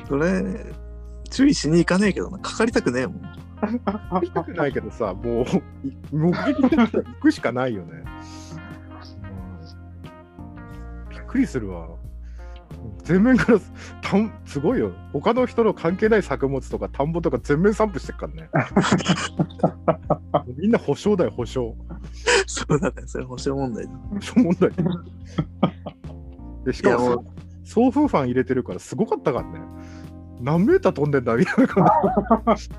A: それ、注意しに行かねえけどな。かかりたくねえもん。
C: 行きたくないけどさ、もう、い目撃できたら行くしかないよね。うんびっくりするわ。全面からたんすごいよ。他の人の関係ない作物とか田んぼとか全面散布してっからね。みんな保証だよ、保証。
A: そうだね。それ保証問題だ。
C: 保証問 題。でしか
A: いやも
C: もさ、送風ファン入れてるからすごかったからね。何メーター飛んでんだみたいな感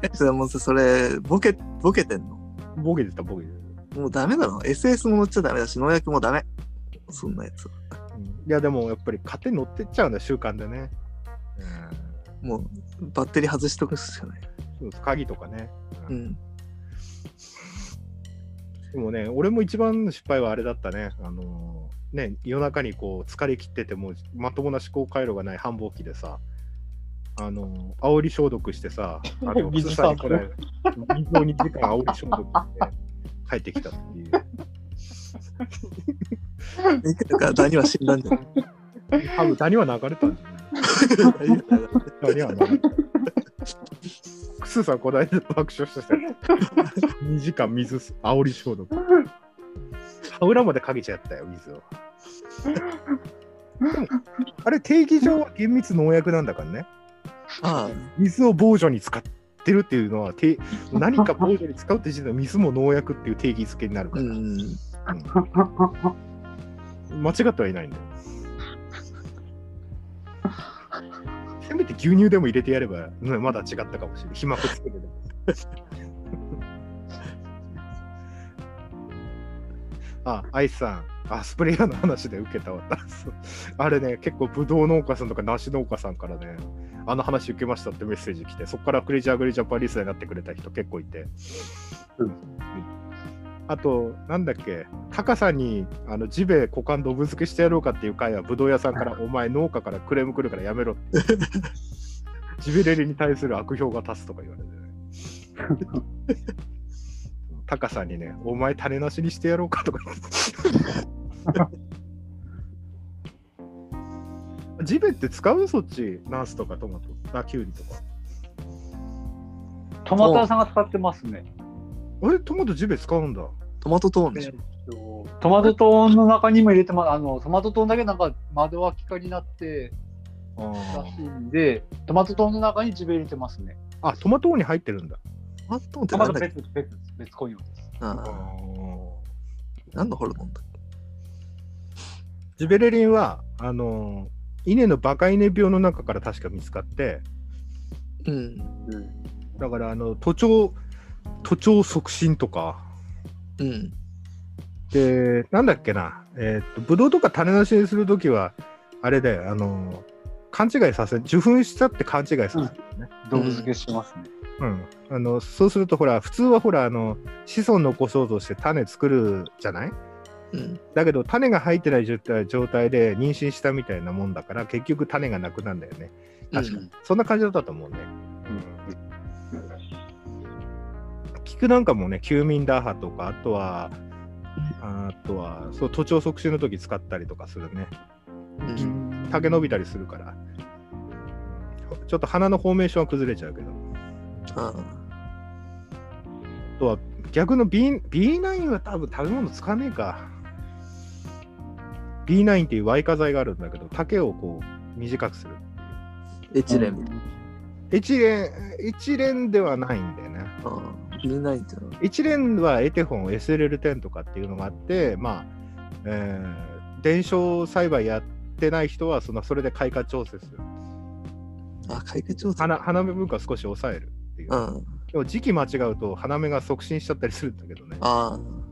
A: え、それもうさ、それ、ボケ、ボケてんの
C: じ。 ボケてた、ボケてた。
A: もうダメだろ。SS も乗っちゃダメだし、農薬もダメ。そんなやつは。
C: うんいやでもやっぱり勝手に乗ってっちゃうんだよ習慣でね、
A: もう、バッテリー外しとくしかない。
C: そうです鍵とかね、う
A: うんん。
C: でもね俺も一番の失敗はあれだったねあのーね夜中にこう疲れ切っててもうまともな思考回路がない繁忙期でさあのー煽り消毒してさあれを
B: 水
C: 水
B: 散歩
C: さにこれ水を2時間煽り消毒して帰ってきたっていう
A: いくらか、ダニは死んだん じゃない
C: 多分ダニは流れたんじゃないいや、クスさん、この間爆笑した人。2時間水す、煽り消毒。歯裏までかけちゃったよ、水を。でもあれ、定義上は厳密農薬なんだからね。
A: ああ、
C: 水を防除に使ってるっていうのは、て何か防除に使うって時点で水も農薬っていう定義付けになるか
A: う
C: ら、
A: ん。
C: 間違ってはいないんだよ。せめて牛乳でも入れてやれば、ねまだ違ったかもしれない。飛膜つけてでも。 あ、アイスさん。あ、スプレーヤーの話で受けたわ。 そうあれね、結構ブドウ農家さんとか梨農家さんからね、あの話受けましたってメッセージ来て、そこからクレイジーアグリジャパンリスナーになってくれた人結構いて。うんあと、なんだっけ、タカさんにあのジベ股間ドブ付けしてやろうかっていう回は、ブドウ屋さんから、お前、農家からクレーム来るからやめろって。ジベレリに対する悪評が立つとか言われてね。タカさんにね、お前、種なしにしてやろうかとか言って。ジベって使うそっち、ナースとかトマト、あ、キュウリとか。
B: トマト屋さんが使ってますね。
C: あれ、トマトジベ使うんだ。
A: トマトトーンでしょ。
B: トマトトーンの中にも入れてまあのトマトトーンだけなんか窓脇化になってらしいんで、トマトトーンの中にジベ入れてますね。
C: あ、トマトに入ってるんだ。
A: トマトトーンって
B: ト
A: な
B: マ
A: ん
B: ト
A: だっけ
B: 別別別コインです。
A: ああ何のホルモンだっ
C: ジベレリンは、あのー稲のバカ稲病の中から確か見つかって、
A: けうん。
C: だから、あの、徒長、徒長促進とか、
A: うん。
C: で、なんだっけな、えーっと、ブドウとか種なしにするときは、あれだよ、あのー勘違いさせ、受粉したって勘違いさせるよね。
B: ドブ漬けしてますね。
C: うん。あの、そうすると、ほら、普通はほら、あの、子孫残そうとして種作るじゃない
A: うん。
C: だけど種が入ってない状態状態で妊娠したみたいなもんだから結局種がなくなんだよね確かに、
A: うん
C: そんな感じだったと思うね、菊なんかもね休眠打破とかあとはあとはそう徒長促進の時使ったりとかするね
A: うん。
C: 竹伸びたりするからちょっと花のフォーメーションは崩れちゃうけど
A: あ
C: あとは逆の B B9 は多分食べ物つかねえか B9 っていうワイ化剤があるんだけど竹をこう短くする
A: あ。エチレンみたい
C: 一連一連ではないんだよね
A: な。ああ。見ないんじゃない
C: 一連はエテホン SLL10 とかっていうのがあってまあ、えー伝承栽培やってない人はそのそれで開花調整する
A: あ、解決調査。
C: 花花芽分化を少し抑えるっていう、
A: うん。
C: でも時期間違うと花芽が促進しちゃったりするんだけどね
A: ああ。
B: うん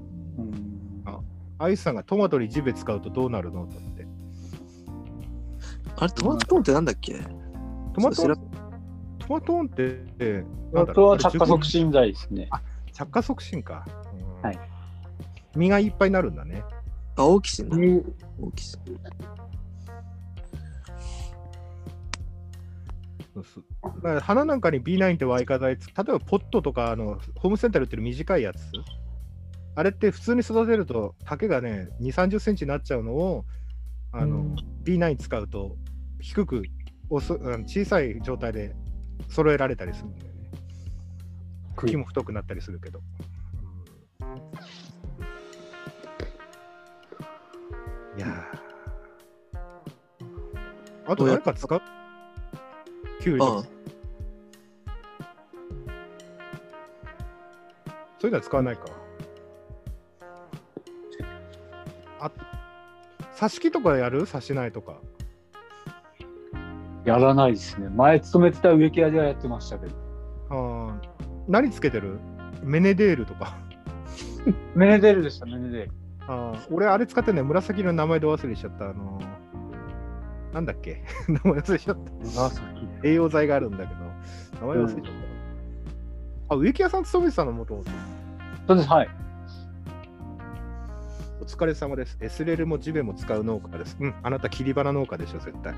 C: アイスさんがトマトにジベ使うとどうなるのだって
A: あれ、トマトトーンってなんだっけ
C: トマ
A: そ
C: ト
A: う調
C: トマトーンって、
B: あとは着火促
C: 促進
B: 進剤ですね。
C: 着火促進か。うん
B: はい。
C: 実がいっぱいになるんだね。
A: あ、オーキシンだ。オーキシン。
C: そうそうだから花なんかに B9 ってワイカ剤つ、例えばポットとかあのホームセンターで売ってる短いやつ、あれって普通に育てると竹がね、2、30センチになっちゃうのを、あの、
B: うん
C: B9 使うと低くおそ、うん小さい状態で揃えられたりするんだよね。茎も太くなったりするけど。いやーあと誰か使うキュウリ
A: あ
C: とかそういうのは使わないか。あ刺し木とかやる刺しないとか。
B: やらないですね。前勤めてた植木屋ではやってましたけど。
C: あー何つけてるメネデールとか。
B: メネデルでした、メネデル。
C: あー俺、あれ使ってね、紫の名前で忘れしちゃった。あのーなんだっけ 名前忘れしちゃった。
B: 紫。
C: 栄養剤があるんだけど、名前忘れちゃった。あ、植木屋さん勤めてたのもともと。
B: そうです、はい。
C: お疲れ様です。SLL もジベも使う農家です。うん、あなた切り花農家でしょ、絶対。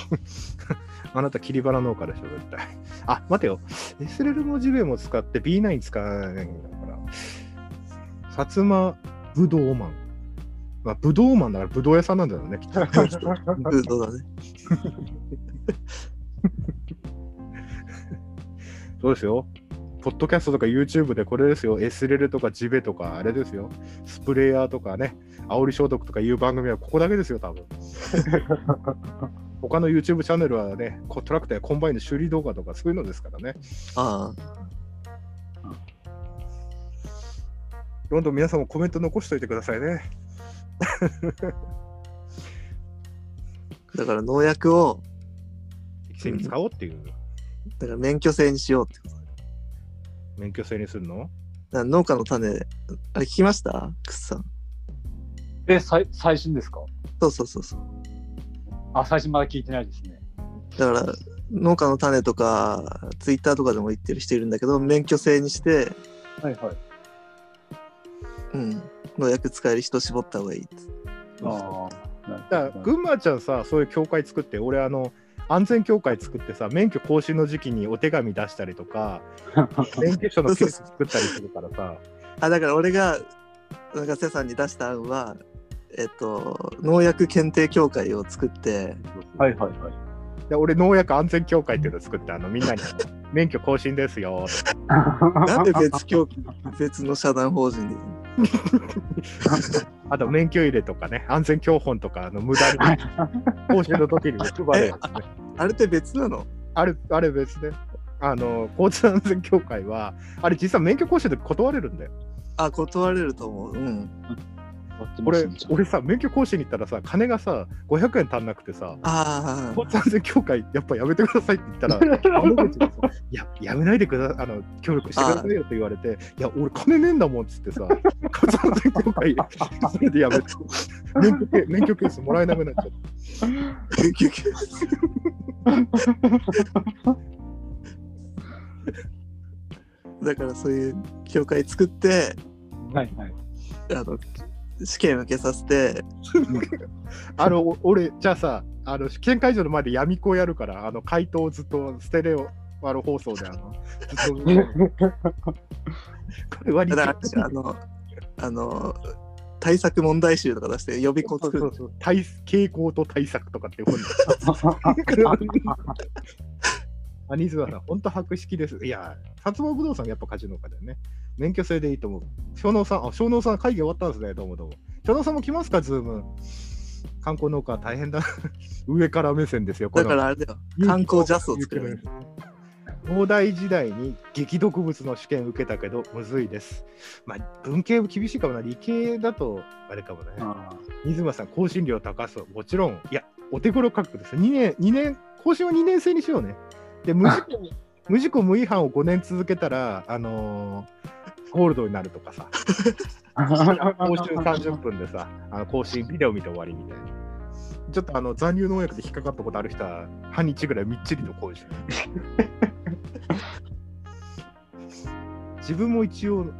C: あなた切り花農家でしょ、絶対。あ、待てよ。SLL もジベも使って B9 使わないんだから。薩摩ぶどうマン。まあ、ぶどうマンだからぶどう屋さんなんだろうね、きっと。
A: ブードだね。
C: そうですよ。ポッドキャストとか YouTube でこれですよ。SLL とかジベとかあれですよ。スプレーヤーとかね、煽り消毒とかいう番組はここだけですよ、多分。他の YouTube チャンネルはね、こうトラクターやコンバインの修理動画とかそういうのですからね。
A: ああ。
C: どんどん皆さんもコメント残しておいてくださいね。
A: だから農薬を、
C: 適正に使おうっていう
A: だから免許制にしようってこと。だか
C: 免許制にするの
A: ら農家の種、あれ聞きましたくっさん。
B: え、最最新ですか
A: そうそうそうそう。
B: あ、最新まだ聞いてないですね。
A: だから、農家の種とか、ツイッターとかでも言ってる人いるんだけど、免許制にして、
B: はいはい。
A: うん、農薬使える人絞った方がいいっつ
B: ああ。な
C: だ
B: る
C: から
B: ほど
C: 群馬ちゃんさそういう協会作って俺あの安全協会作ってさ免許更新の時期にお手紙出したりとか免許証のケース作ったりするからさ
A: あだから俺がなんか瀬さんに出した案はえっと農薬検定協会を作って
B: はいはいはい。
C: で俺農薬安全協会っていうの作ってあのみんなに免許更新ですよ
A: なんで別協別の社団法人で
C: あと免許入れとかね安全教本とかあの無駄に更新の時に配るやつね
A: あれって別なの
C: あれあれ別であの交通安全協会はあれ実は免許更新で断れるんだよ
A: あ断れると思ううん
C: 俺俺さ免許更新に行ったらさ金がさ500円足んなくてさ
A: あ
C: 交通安全協会やっぱやめてくださいって言ったら窓口でさいややめないでくだあの協力してくださいよって言われていや俺金ねえんだもんっつってさ交通安全協会それでやめて免許け免許ケースもらえなくなっちゃった
A: あ研究系だからそういう協会作って
B: はいはい。
A: あの試験受けさせて
C: あのお俺じゃあさあの試験会場の前で闇子やるからあの回答をずっとステレオあの放送であのずっとこれ割
A: だ
C: り
A: からあのあの対策問題集とか出して予備校
C: そう
A: 作
C: そ
A: る
C: うそう対傾向と対策とかって本にアニズワさん、本当博識です。いや、薩摩不動産がやっぱカジノ家だよね。免許制でいいと思う。小能さん、あ、小能さん会議終わったんですね。どうもどうも。小能さんも来ますか、ズーム。観光農家大変だ。 上から目線ですよ。
A: だからあれだよ観光ジャスを作ればいい
C: 東大時代に激毒物の試験受けたけど、むずいです。まあ、文系厳しいかもな。理系だと、あれかもね。
B: あ
C: 水間さん、更新料高そう。もちろん、いや、お手頃価格です。2年、二年、更新は2年制にしようね。で、無事故、無事故無違反を5年続けたら、あのーゴールドになるとかさ、
B: あ
C: 更新30分でさ、あの更新ビデオ見て終わりみたいな。ちょっとあの残留農薬で引っかかったことある人は、半日ぐらいみっちりと更新。自分も一応、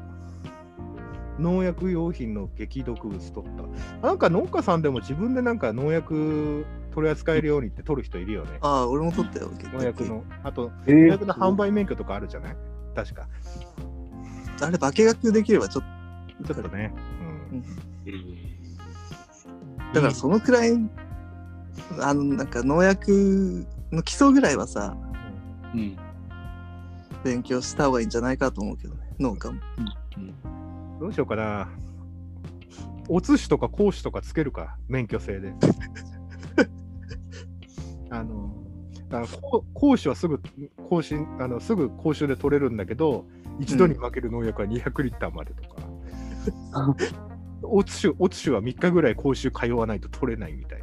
C: 農薬用品の激毒物取った。なんか農家さんでも自分でなんか農薬取り扱えるようにって取る人いるよね。
A: ああ俺も取ったよ結
C: 農薬の。あと、
B: え
C: 農
B: ー
C: 薬の販売免許とかあるじゃない確か。
A: あれ化学できればちょっ
C: ちょっとね。
A: と、うんだからそのくらいあのなんか農薬の基礎ぐらいはさ
D: うん。
A: 勉強した方がいいんじゃないかと思うけどね農家も
C: うん。どうしようかな。お通しとか講師とかつけるか、免許制で。 あの、あのこう講師はすぐ更新あのすぐ講習で取れるんだけど、一度に負ける農薬は200リッターまでとか。おつしおつしは3日ぐらい講習通わないと取れないみたい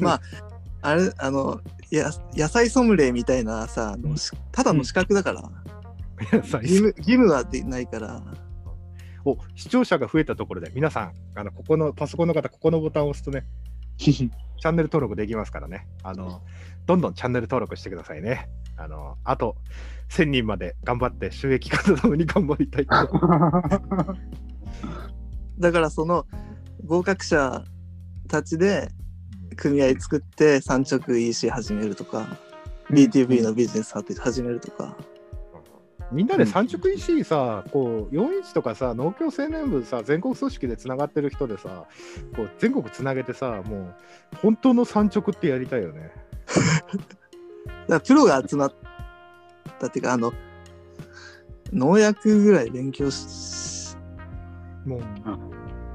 C: な。
A: あれあのや野菜ソムリエみたいなさあのしただの資格だから、義務義務はできないから
C: お視聴者が増えたところで、皆さん、あのここのパソコンの方、ここのボタンを押すとね、チャンネル登録できますからね、あのどんどんチャンネル登録してくださいね。あのあと1000人まで頑張って収益化のために頑張りたい と
A: だからその合格者たちで組合作って産直 EC 始めるとか、BTV のビジネス始めるとか、
C: みんなで産直 EC さ、こう4インチとかさ、農協青年部さ、全国組織でつながってる人でさ、こう全国つなげてさ、もう本当の産直ってやりたいよね。
A: だからプロが集まったっていうかあの農薬ぐらい勉強し
C: もう、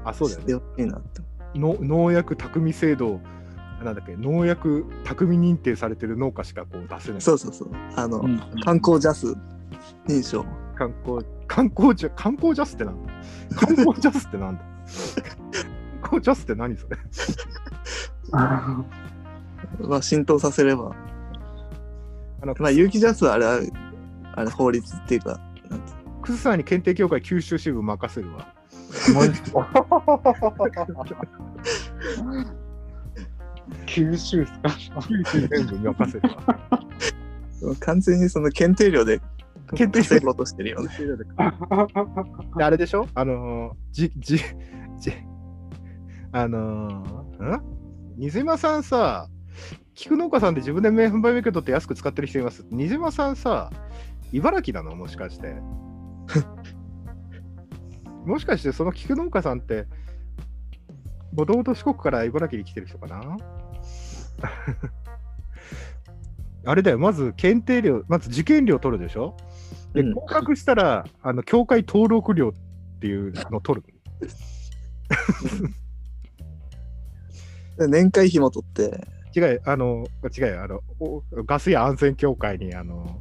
C: あ、そうだよ
A: し。
C: ね
A: てほしいなって
C: の農薬匠制度なんだっけ農薬匠認定されてる農家しかこう出せない
A: そうそうそうあの、
B: うん
A: 観光ジャス認証
C: 観光観光ジャ観光ジャスってなんだ観光ジャスってなんだ観光ジャスって何それ
A: は浸透させれば
C: あの、
A: まあ有機ジャスはあれはあれ法律っていうかなんて
C: クズさんに検定協会九州支部任せるわ
B: 九州っすか
C: 九州全部任せるわ
A: 完全にその検定料で決定戦ことしてるよね。
C: であれでしょあのー、じ、じ、じ、 あのー、ん水間さんさ、菊農家さんで自分で名販売メイク取って安く使ってる人います。水間さんさ、茨城なのもしかして。 もしかしてその菊農家さんって、もともと四国から茨城に来てる人かな あれだよ、まず検定料、まず受験料取るでしょで、
A: うん
C: 合格したら、あの、協会登録料っていうのを取る。
A: 年会費も取って、
C: 違うよ、あの、違うよ、あの、おガスや安全協会に、あの、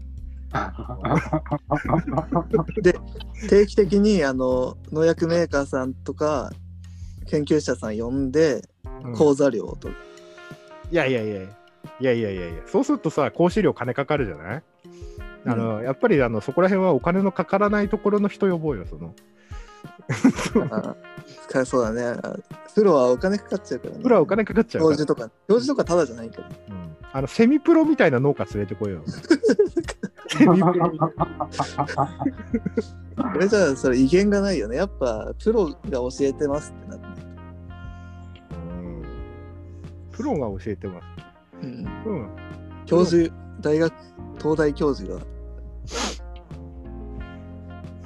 A: 定期的にあの農薬メーカーさんとか研究者さん呼んで
C: うん
A: 講座料を取る、
C: いやいやいやいやいやいやいやそうするとさ講師料金かかるじゃないあの、やっぱりあのそこら辺はお金のかからないところの人呼ぼうよその
A: あー使え そうだねあプロはお金かかっちゃうからね
C: プロはお金かかっちゃ
A: 教
C: うか
A: 授とか教授とかただじゃないけど
C: ら、うんあのセミプロみたいな農家連れてこいよセミプロみたいな
A: これじゃあそれ威厳がないよねやっぱプロが教えてますってなって、
C: うんプロが教えてます
A: うん、
C: うん
A: 教授大学東大教授が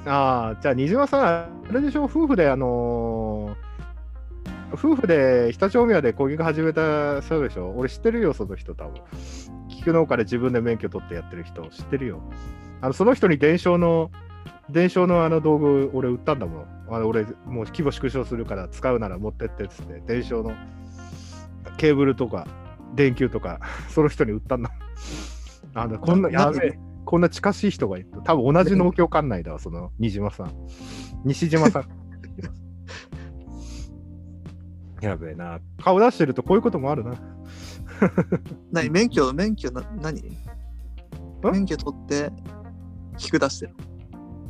C: ああじゃあ虹はさんあれでしょ夫婦であのー夫婦で常陸大宮で攻撃始めた人でしょ俺知ってるよ、その人多分。菊農家で自分で免許取ってやってる人知ってるよ。あのその人に伝承の、伝承のあの道具俺売ったんだもん。あの俺もう規模縮小するから使うなら持ってってっつって、伝承のケーブルとか電球とか、その人に売ったんだ。あのこんな、やべえ。こんな近しい人がいる。多分同じ農協管内 だわ、その、西島さん。西島さん。 やべえな。顔出してるとこういうこともあるな。
A: 何免許免許な何免許取って聞く出してる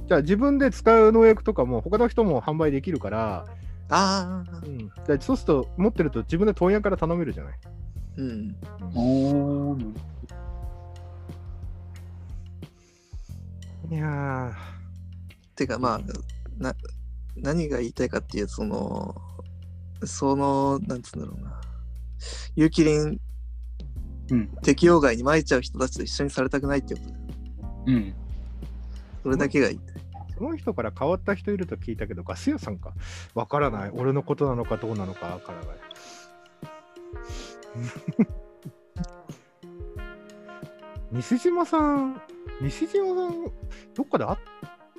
C: じゃあ自分で使う農薬とかも他の人も販売できるから、
A: ああ
C: うん、じゃあそうすると持ってると自分で問屋から頼めるじゃない。
A: うん
B: おー
C: いや
A: てかまあな何が言いたいかっていうそのそのなんつうんだろうな有機リン
B: うん
A: 適用外に撒いちゃう人たちと一緒にされたくないってことだよ
B: うん。
A: それだけがいい
C: その人から変わった人いると聞いたけど、ガス屋さんか。わからない。俺のことなのかどうなのかわからない。 西島さん、西島さん、どっかであっ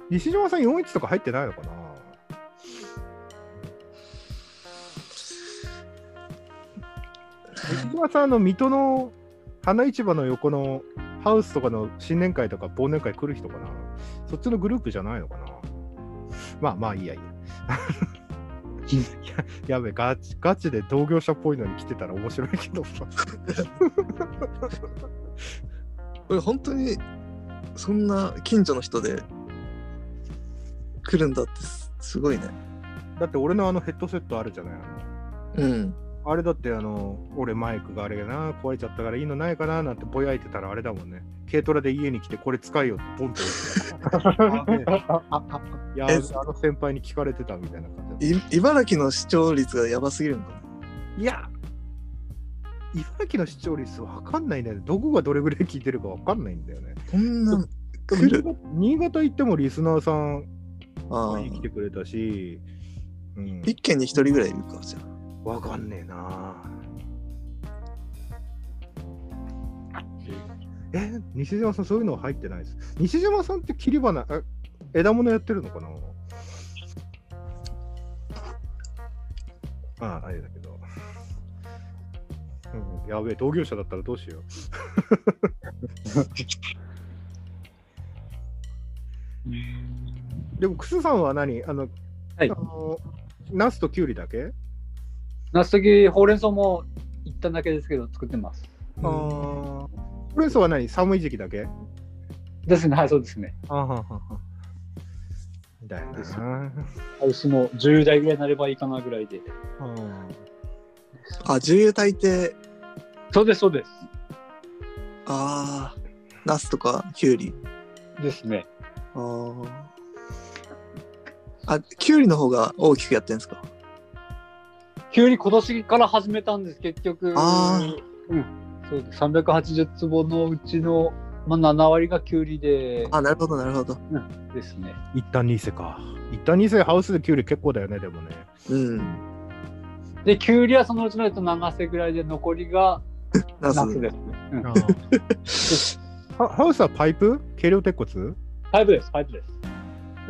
C: 西島さん41とか入ってないのかな西島さん、あの、水戸の花市場の横のハウスとかの新年会とか忘年会来る人かなそっちのグループじゃないのかなまあまあいいや いいや。ややべガチ、ガチで同業者っぽいのに来てたら面白いけどさ。
A: 俺本当にそんな近所の人で来るんだってすすごいね
C: だって俺のあのヘッドセットあるじゃないあの
A: うん
C: あれだってあの、俺マイクがあれがな、壊れちゃったからいいのないかななんてぼやいてたらあれだもんね。軽トラで家に来てこれ使えよってポンと置いてたいや、あの先輩に聞かれてたみたいな感じだっ
A: い茨城の視聴率がやばすぎるのかな
C: た。いや、茨城の視聴率わかんないんだよね。どこがどれぐらい聞いてるかわかんないんだよね。
A: こんな
C: でも
A: 来る
C: 新潟新潟行ってもリスナーさん
A: ああ
C: に来てくれたし、うん、
A: 一軒に一人ぐらいいるかじゃあ
C: わかんねえなえ西島さんそういうのは入ってないです西島さんって切り花あ枝物やってるのかなあああれだけど、うん、やべえ同業者だったらどうし ようでもクスさんは何あの、
B: はい
C: あのナスとキュウリだけ
B: ナスときほうれん草も一旦だけですけど作ってます。
C: ああー。ほうれん草は何寒い時期だけ
B: ですね、はい、そうですね。
C: あははは。だよ
B: です
C: な。
B: 私も10代ぐらいになればいいかなぐらいで。
A: あ重油炊いて
B: そうです、そうです。
A: ああナスとかキュウリ
B: ですね。
A: ああ。あ、キュウリの方が大きくやってんですか
B: 急に今年から始めたんです、結局。
A: あ
B: うん。そうです。380坪のうちの、まあ、7割がキュウリで、
A: あ、なるほど、なるほど。
B: ですね。
C: 一旦ニーセか。一旦ニーセハウスでキュウリ結構だよね、でもね。
A: うん。
B: で、キュウリはそのうちのやつ長瀬ぐらいで、残りが
A: ナス。
B: 夏ですね。うん。
C: ハハウスはパイプ軽量鉄骨
B: パイプです、パイプです。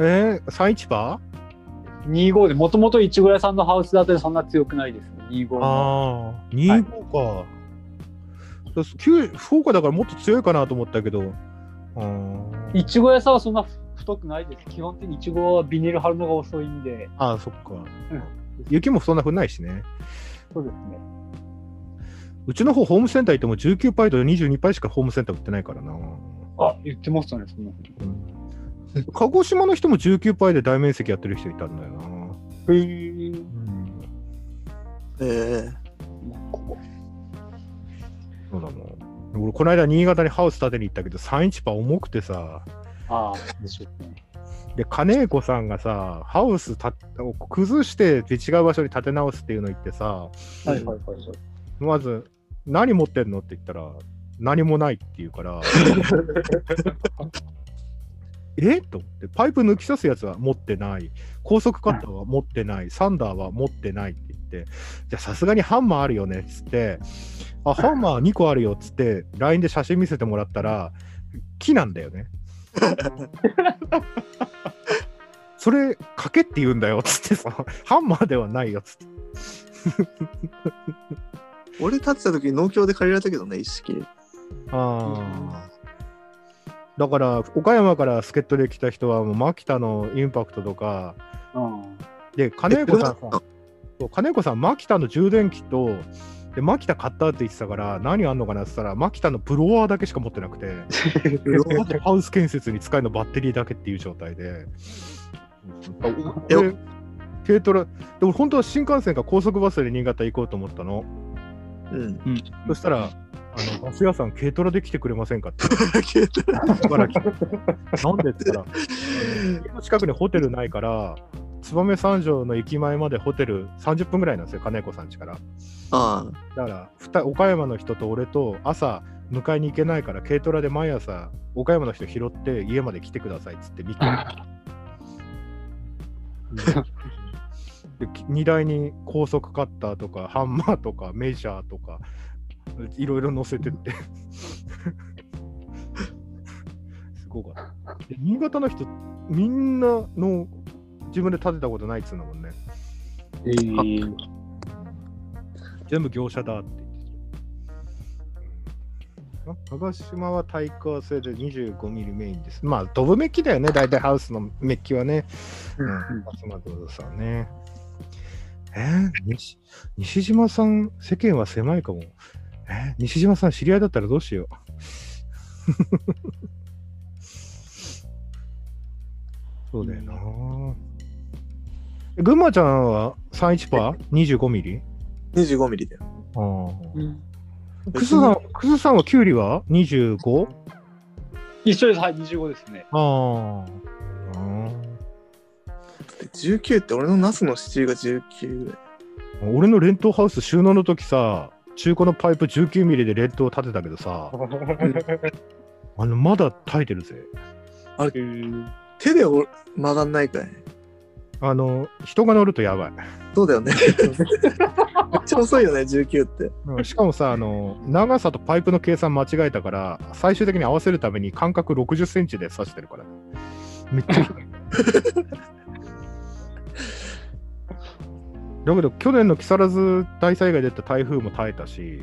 C: えー、31パ
B: 25で、もともといちご屋さんのハウスだとそんな強くないです、ね。25
C: ー
B: の。
C: ああ、25か。そうキュウリ福岡だからもっと強いかなと思ったけど。あー
B: いちご屋さんはそんな太くないです。基本的にいちごはビニール貼るのが遅いんで。
C: あー、そっか。雪もそんな降んないしね。
B: そうですね。
C: うちの方、ホームセンター行っても19パイと22パイしかホームセンター売ってないからな。
B: あ、言ってましたね、そんなこと。
C: 鹿児島の人も19パイで大面積やってる人いたんだよな。
B: へー
A: ええ
C: そうなの。俺、この間、新潟にハウス建てに行ったけど、31パー重くてさ、
B: ああ、でしょうね。
C: で、金子さんがさ、ハウスたを崩して、で違う場所に建て直すっていうの言ってさ、
B: はいはいはいはい。
C: まず、何持ってんのって言ったら、何もないって言うから、えと思って、パイプ抜き刺すやつは持ってない、高速カッターは持ってない、サンダーは持ってないって言って、じゃあさすがにハンマーあるよねっつって、あ、ハンマー2個あるよっつって、LINE で写真見せてもらったら、木なんだよね。それ、かけって言うんだよっつってさ、ハンマーではないよっつって。
A: 俺立ってた時に農協で借りられたけどね、一式で。
C: ああ。だから、岡山から助っ人で来た人は、もう、牧田のインパクトとか、
B: うん。
C: で、金子さん
A: え、どう
C: そう金子さん、牧田の充電器と、で、牧田買ったって言ってたから、何あんのかなって言ったら、牧田のブロワーだけしか持ってなく て、
A: やったの
C: ハウス建設に使えるのバッテリーだけっていう状態で。
A: え
C: で軽トラ、で、俺、本当は新幹線か高速バスで新潟行こうと思ったの。
A: うん。
C: そしたら、あのバス屋さん、軽トラで来てくれませんかって。
A: 携帯
C: 茨城なんでって言ったら、家の近くにホテルないから、燕三条の駅前までホテル30分ぐらいなんですよ、金子さん家か ら。
A: ああ。
C: だからふた、岡山の人と俺と朝、迎えに行けないから、軽トラで毎朝、岡山の人拾って家まで来てくださいっつって、3日でき荷台に高速カッターとか、ハンマーとか、メジャーとか、いろいろ乗せて って。すごかった。で新潟の人、みんなの自分で建てたことないっつうんだもんね。
B: えー、
C: 全部業者だって言ってた。うんあ鹿児島は対向製で25ミリメインです。まあ、ドブメッキだよね、大体ハウスのメッキはね。うん、松本さんね。えー、西西島さん、世間は狭いかも。えー西島さん、知り合いだったらどうしよう。そうだよな。え群馬ちゃんは 31%25 ミリ
A: 25ミリだよ。
C: クスさん、クスさんはキュウリは 25?
B: 一緒です、はい、25ですね。
C: ああ。
A: で19って俺のナスの支柱が19ぐらい。
C: 俺のレントハウス収納の時さ、中古のパイプ19ミリでレントを立てたけどさ、あの、まだ耐えてるぜ。
A: 手でお曲がんないかい。
C: あの、人が乗るとやばい。
A: そうだよね。めっちゃ遅いよね、19って。
C: うんしかもさ、あの、長さとパイプの計算間違えたから、最終的に合わせるために間隔60センチで刺してるから。めっちゃ広い。だけど、去年の木更津大災害でった台風も耐えたし、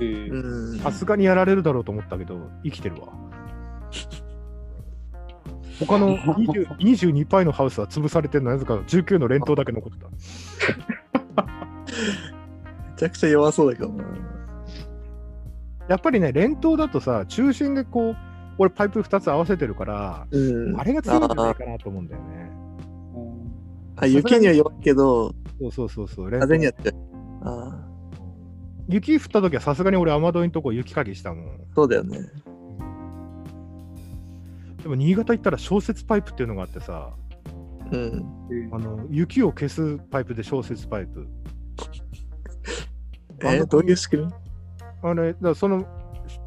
B: えー
A: うん。
C: さすがにやられるだろうと思ったけど、生きてるわ。他の20 22パイのハウスは潰されてるのなぜか19の連投だけ残ってた。
A: めちゃくちゃ弱そうだけどな。
C: やっぱりね、連投だとさ、中心でこう、俺パイプ2つ合わせてるから、
A: うん。
C: あれが強いんじゃないかなと思うんだよね。
A: あ、雪には弱いけど、
C: そうそうそうそう。連投
A: 風には強い。ああ、
C: 雪降った時はさすがに俺雨どいのとこ雪かきしたもん。
A: そうだよね。
C: でも新潟行ったら小雪パイプっていうのがあってさ、
A: うん。
C: あの雪を消すパイプで小雪パイプ。あ
A: え
C: の
A: ー、どういう仕組み
C: あれ、だからその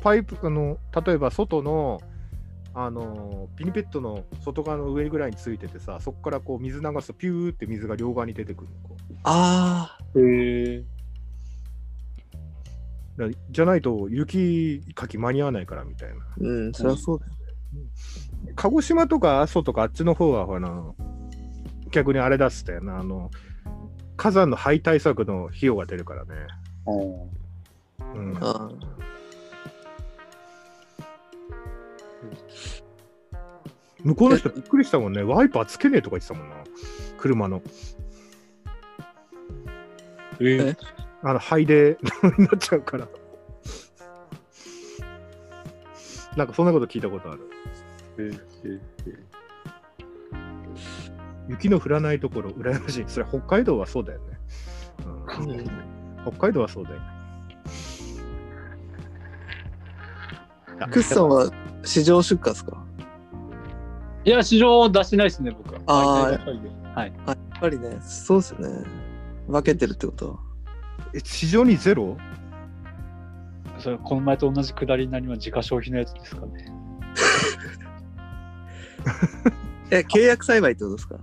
C: パイプ、あの例えば外の、あのピニペットの外側の上ぐらいについててさ、そこからこう水流すと、ピューって水が両側に出てくるのこう
A: ああ、
B: へえ。
C: だからじゃないと雪かき間に合わないからみたいな。
A: うん、そりゃそうだよ。
C: 鹿児島とか阿蘇とかあっちの方はほら逆にあれ出したよなあの火山の灰対策の費用が出るからね、うん、
A: あ
C: 向こうの人びっくりしたもんねワイパーつけねえとか言ってたもんな車の
A: え
C: あの灰で になっちゃうからなんかそんなこと聞いたことある雪の降らないところ羨ましいそれ北海道はそうだよね、
A: あ、
C: うん北海道はそうだよね
A: クッさんは市場出荷ですか
B: いや、市場出してないですね、僕は。
A: あー
B: やっぱりねはい。
A: あやっぱりね、そうですよね。分けてるってこと
C: え市場にゼロ
B: それ、この前と同じくだりになります。自家消費のやつですかね。
A: え、契約栽培ってことですか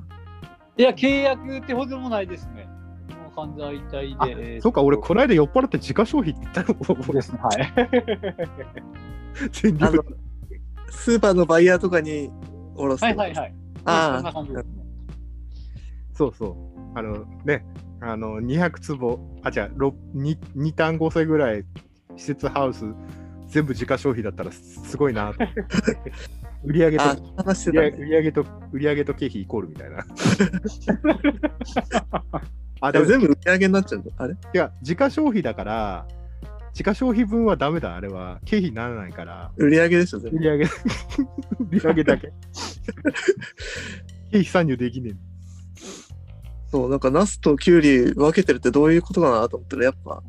B: いや、契約ってほどでもないですね。もう完全体
C: あ
B: で。えー
C: そうか、俺、この間酔っ払って自家消費って言った
B: そう
C: の
B: ですね、はい。
C: 全
A: あの
C: 力、
A: スーパーのバイヤーとかにおろす
B: は
A: っ
B: い
A: てこと
B: はいはい。そんな
A: あ
B: 感じですね。
C: そうそう。あのね、あの200坪、あ、じゃあ、2, 2単5歳ぐらい、施設ハウス、全部自家消費だったらすすごい なと思って売り上げ
A: あ、
C: と
A: あ、話して
C: 売り
A: たね
C: 上げ。売り上げと、売り上げと経費イコールみた いな。あ、
A: あでも
C: でも、
A: 全部売り上げになっちゃうんだ。あれ
C: いや、自家消費だから、自家消費分はダメだ、あれは。経費にならないから。
A: 売り上げでしょ、全
C: 売
A: 部。
C: り上 げ、売り上げだけ。経費参入できね
A: そう、なんか、ナスとキュウリ分けてるってどういうことかなと思ったら、やっぱ、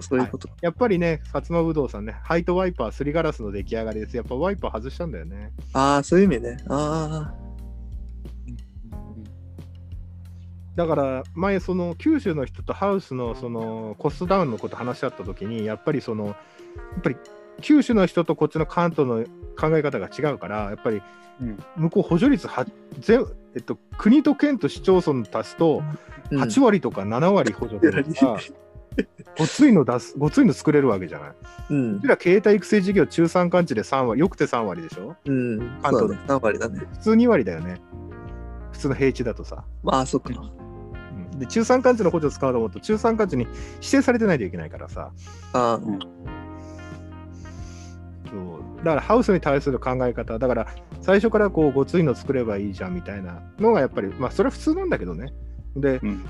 A: そういうこと。
C: え。やっぱりね、薩摩ぶどうさんね、ハイトワイパー、すりガラスの出来上がりです。やっぱワイパー外したんだよね。
A: ああ、そういう意味ね。あ
C: だから、前、その、九州の人とハウスの、その、コストダウンのこと話し合った時に、やっぱりその、やっぱり、九州の人とこっちの関東の考え方が違うから、やっぱり
B: うん、
C: 向こう補助率は、全えっと、国と県と市町村足すと、
A: あ、うん
C: 8割とか7割補助出るから、ごついの出す、ごついの作れるわけじゃない。う
A: うん
C: ち。ら経営体育成事業中山間地で3割、よくて3割でしょ
A: うん。
C: 関
A: そう
C: 東
A: だね。3割だね。
C: 普通2割だよね。普通の平地だとさ。
A: まあ、そっか。
C: うんで、中山間地の補助使おうと思うと、中山間地に指定されてないといけないからさ。
A: あ
C: そうだからハウスに対する考え方、だから最初からこうごついの作ればいいじゃんみたいなのがやっぱり、まあそれは普通なんだけどね。で、
B: うん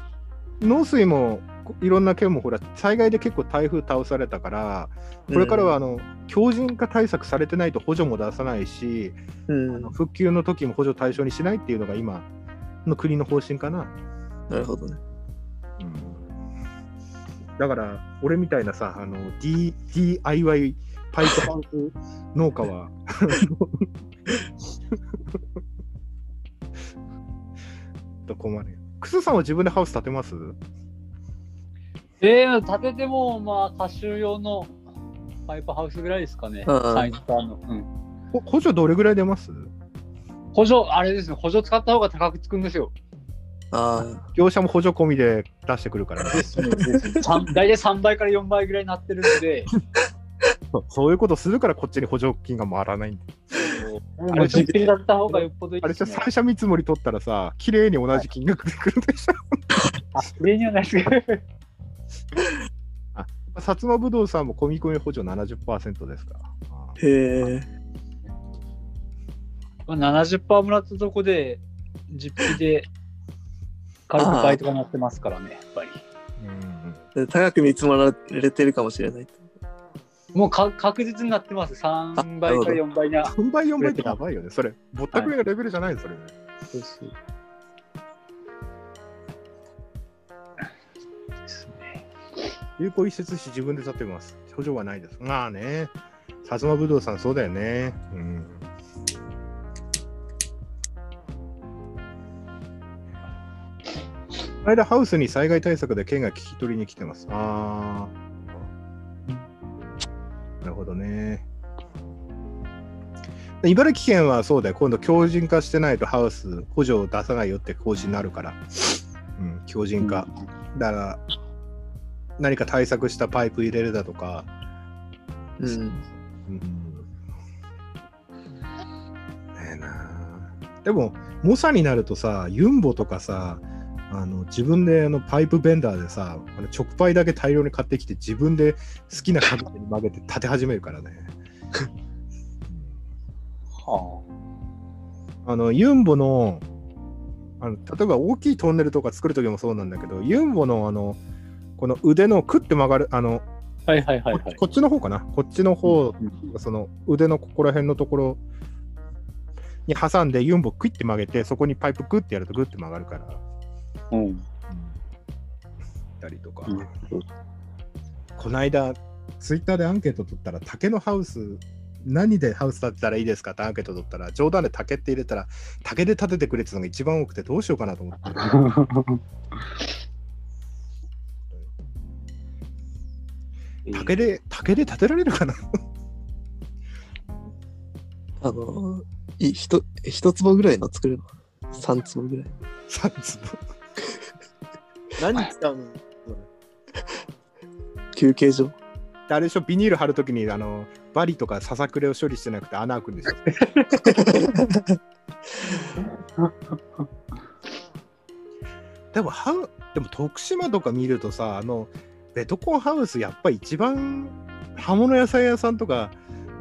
C: 農水もこいろんな県もほら、災害で結構台風倒されたから、
A: あ。
C: これからはあの、強靭化対策されてないと補助も出さないし、
A: うん、
C: あ
A: うん
C: の。復旧の時も補助対象にしないっていうのが今の国の方針かな。
A: なるほどね。
C: だから、俺みたいなさ、あの、D、DIY パイプハウス農家は、 と困るよ。クスさんは自分でハウス建てます
B: えー、建てても、まあ、歌手用のパイプハウスぐらいですかね。
A: うんうん
B: サイズとあの、うん。
C: ほ補助どれぐらい出ます
B: 補助、あれですね、補助使った方が高くつくんですよ。
A: あ
C: 業者も補助込みで出してくるから、ね、
B: ですね、ですね。三大体3倍から4倍ぐらいになってるん で、
C: そう そういうことするからこっちに補助金が回らないんだよ
B: あれ、ちょっぴりだった方がよっぽどいい
C: あれ
B: で
C: じ
B: す
C: ゃ
B: ね。
C: 三者見積もり取ったらさ、綺麗に同じ金額でくるでしょ
B: あ、例にはないですけど。
C: 薩摩ぶどうさんも込み込み補助70%ですから。
A: あ。へえ。
B: まあ、70%もらったとこで、実費で軽く倍とかなってますからね、やっぱり。
C: うん
A: で高く見積もられてるかもしれない。
B: もうか確実になってます、3倍から4倍には。
C: 3倍、4倍ってやばいよね。それ、ぼったくりのレベルじゃないよ、それね。
B: そうそうですね。
C: 有効一節し自分で立てます。補助はないです。まあね、薩摩ぶどうさん、そうだよね。うん。の間、ハウスに災害対策で県が聞き取りに来てます。ああ。なるほどね。茨城県はそうだよ。今度、強靭化してないとハウス補助を出さないよって方針になるから。うん、強靭化。だから、何か対策したパイプ入れるだとか。
A: うん。
C: うん。ねえなあでも、猛者になるとさ、ユンボとかさ、あの自分であのパイプベンダーでさ、あの直パイだけ大量に買ってきて、自分で好きな角度に曲げて立て始めるからね。
B: は
C: あのユンボのあの、例えば大きいトンネルとか作るときもそうなんだけど、ユンボのあの、この腕のクッて曲がる、あの、
B: あ。はいはいはいは
C: こっち
B: い。
C: こっちの方かなこっちの方その腕のここら辺のところに挟んでユンボクイッて曲げてそこにパイプグッてやるとグッて曲がるから
B: うん。
C: たりとか、
B: うん
C: この間ツイッターでアンケート取ったら竹のハウス何でハウス建てたらいいですかってアンケート取ったら冗談で竹って入れたら竹で建ててくれってのが一番多くてどうしようかなと思って 竹で竹で建てられるかな
A: あの、いひと一坪ぐらいの作るの三坪ぐらい。
C: 三坪
E: 何使うの
A: 休憩所。
C: あれでしょビニール貼るときにあのバリとかささくれを処理してなくて穴開くんですよでもハウでも徳島とか見るとさあのベトコンハウスやっぱり一番葉物野菜屋さんとか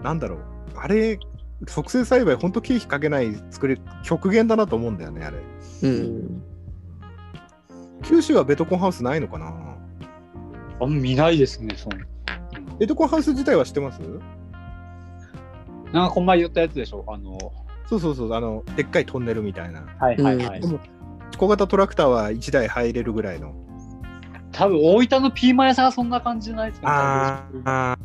C: なんだろうあれ促成栽培ほんと経費かけない作れ極限だなと思うんだよねあれ
A: うん。
C: 九州はベトコンハウスないのかな
B: あんま見ないですね、その。
C: ベトコンハウス自体は知ってます
B: なんかこん前言ったやつでしょあの、
C: そうそうそうあのでっかいトンネルみたいな
B: はいはいはい。
C: でも小型トラクターは1台入れるぐらいの。
B: 多分大分のピーマン屋さんはそんな感じじゃないですかね。
C: あ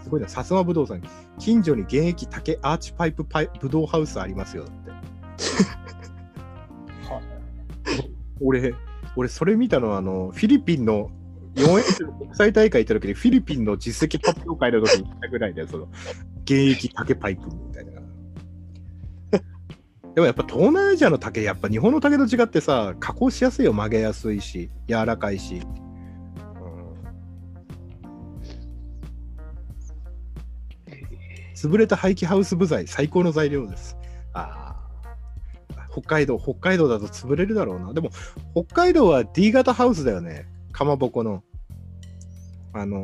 C: ーすごいな、薩摩ぶどうさん。近所に現役竹アーチパイプパイぶどうハウスありますよだって。俺、俺、それ見たのは、あの、フィリピンの4円国際大会行った時に、フィリピンの実績発表会の時に行ったぐらいだよ、その、現役竹パイプみたいな。でもやっぱ東南アジアの竹、やっぱ日本の竹と違ってさ、加工しやすいよ、曲げやすいし、柔らかいし。潰れた廃棄ハウス部材、最高の材料です。ああ。北海道、北海道だと潰れるだろうな。でも、北海道は D 型ハウスだよね。かまぼこの。あの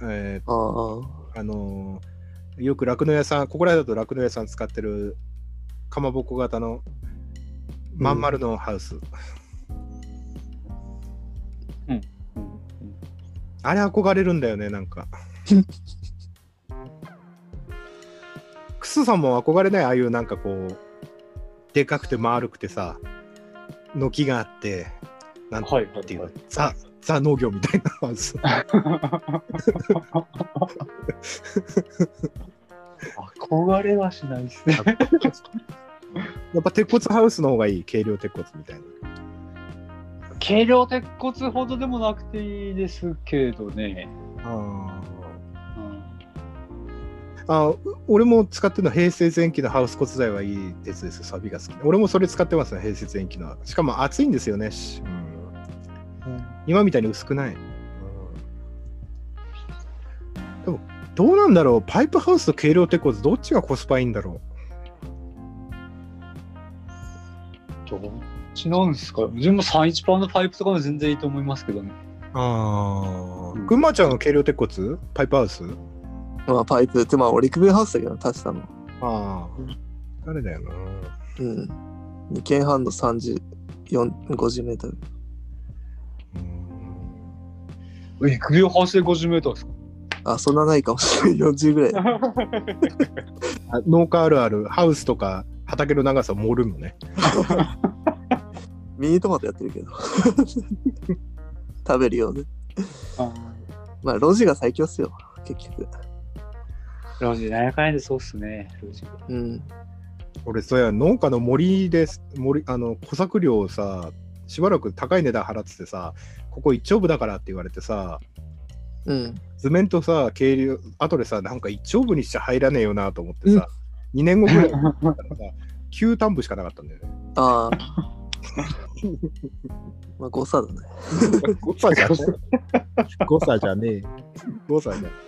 C: ー、え
A: ああ。
C: ーあのーよく酪農屋さん、ここらだと酪農屋さん使ってるかまぼこ型のまん丸のハウス。あれ憧れるんだよね、なんか。クスさんも憧れない、ああいうなんかこう、でかくて丸くてさ、軒があって、なん
B: はいはいはい
C: ていうの、ザ、ザ農業みたいなハウス。
B: 憧れはしないです ね。
C: やっぱ鉄骨ハウスの方がいい、軽量鉄骨みたいな。
B: 軽量鉄骨ほどでもなくていいですけどね。
C: あ
B: うん
C: あう俺も使ってるのは平成前期のハウス骨材はいい鉄ですよ、サビが好き。俺もそれ使ってますね、平成前期の。しかも厚いんですよね、しうん今みたいに薄くない。でも、どうなんだろう、パイプハウスと軽量鉄骨、どっちがコスパいいんだろ
B: どっちなんですか自分も31パーのパイプとかも全然いいと思いますけどね。
C: う。あ
B: うん
C: 群馬ちゃんの軽量鉄骨パイプハウス
A: まあ、パイプって、まあ、俺、クベハウスだけど、足したの。
C: ああ。誰だよな。
A: うん。2軒半の30、4 50メートル。
C: うん
B: え、クリアハウスで50メートルですか
A: あ、そんなないかもしれない。40ぐらい。
C: あ農家あるある、ハウスとか畑の長さ盛るのね。
A: ミニトマトやってるけど。 食べるようで。まあ、路地が最強っすよ、結局。
B: ロジ、7回でそうっすね。ロジ。
A: うん。
C: 俺そうや農家の森です森あの小作料をさしばらく高い値段払っててさここ一丁部だからって言われてさ
A: うん。
C: 図面とさ計量後でさなんか一丁部にしちゃ入らねえよなと思ってさ、2年後ぐらいになったらさ 9単部しかなかったんだよね。
A: ああ。 まあ誤差だね。
C: 誤差じゃねえ。誤差じゃねえ。誤差じゃねえ。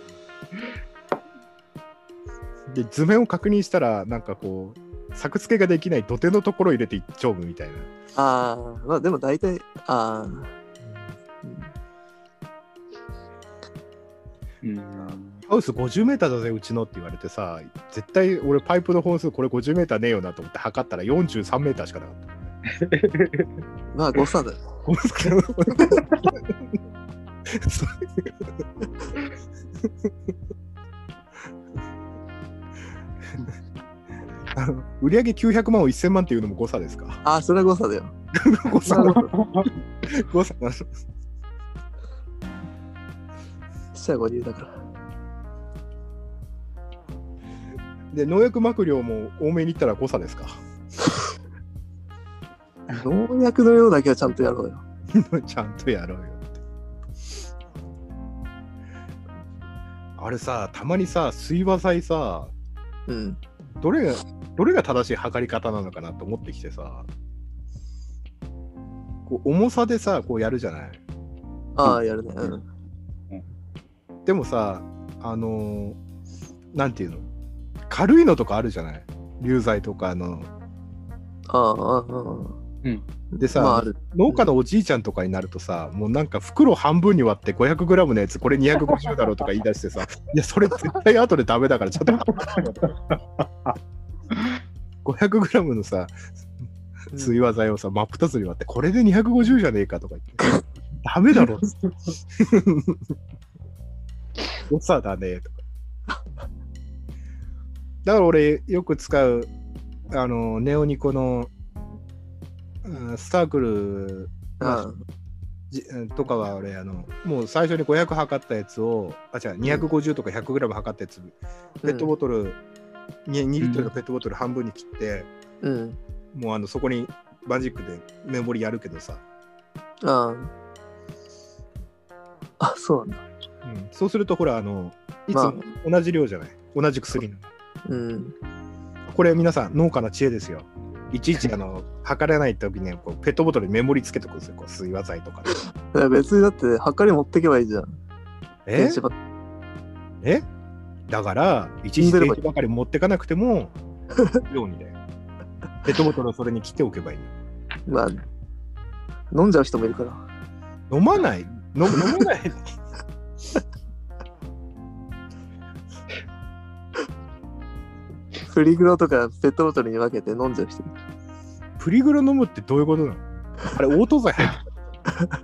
C: で、図面を確認したら、なんかこう、作付けができない土手のところを入れて一丁目みたいな。
A: ああ、まあでも大体、ああ。
B: うん。
C: ハウス50メーターだぜ、うちのって言われてさ、絶対俺パイプの本数これ50メーターねえよなと思って測ったら43メーターしかなかった。
A: まあ誤差だよ。
C: ごめんなさいそれあの売上900万を1000万っていうのも誤差ですか
A: ああ、それは誤差だよ。
C: 誤差
A: なるほ
C: 誤差
A: 死者五流だから。
C: で農薬膜量も多めにいったら誤差ですか
A: 農薬の量だけはちゃんとやろうよ。
C: ちゃんとやろうよってあれさたまにさ水和剤さ
A: うん。
C: どれがどれが正しい測り方なのかなと思ってきてさこう重さでさこうやるじゃない
A: ああ、やるね。うん。
C: でもさあのーなんていうの軽いのとかあるじゃない流剤とかの
A: ああ、ああ、あ
C: で
A: あ。
C: さ、
A: まあある。
C: 農家のおじいちゃんとかになるとさ、もうなんか袋半分に割って 500g のやつこれ250だろうとか言い出してさいやそれ絶対後でダメだからちょっと 500g のさ水和剤をさ真っ二つに割ってこれで250じゃねえかとか言ってダメだろっつって誤差だねとかだから俺よく使うあのネオニコのうんスタークル
A: うん
C: じとかは俺あのもう最初に500測ったやつをあ違う250とか 100g 測ったやつ、ペットボトル、に 2, リットルのペットボトル半分に切って、
A: うん。
C: もうあのそこにマジックでメモリやるけどさ、
A: ああ。あ、そうなんだ。
C: うんそうするとほらあのいつ
A: まあ
C: も同じ量じゃない、同じ薬の
A: うん。
C: これ皆さん農家の知恵ですよいちいちあの 測れない時にこうペットボトルにメモリつけとくんですよこう水和剤とかで
A: いや別にだって、はかり持ってけばいいじゃん。
C: え
A: 電子バッ
C: えだから、一時停止ばかり持ってかなくても、 ようにだよ。ペットボトルをそれに切っておけばいい。
A: まあ、飲んじゃう人もいるから。
C: 飲まない飲飲めない
A: フリグロとかペットボトルに分けて飲んじゃう人いる。
C: プリグロ飲むってどういうことなのあれ、応答剤入って た。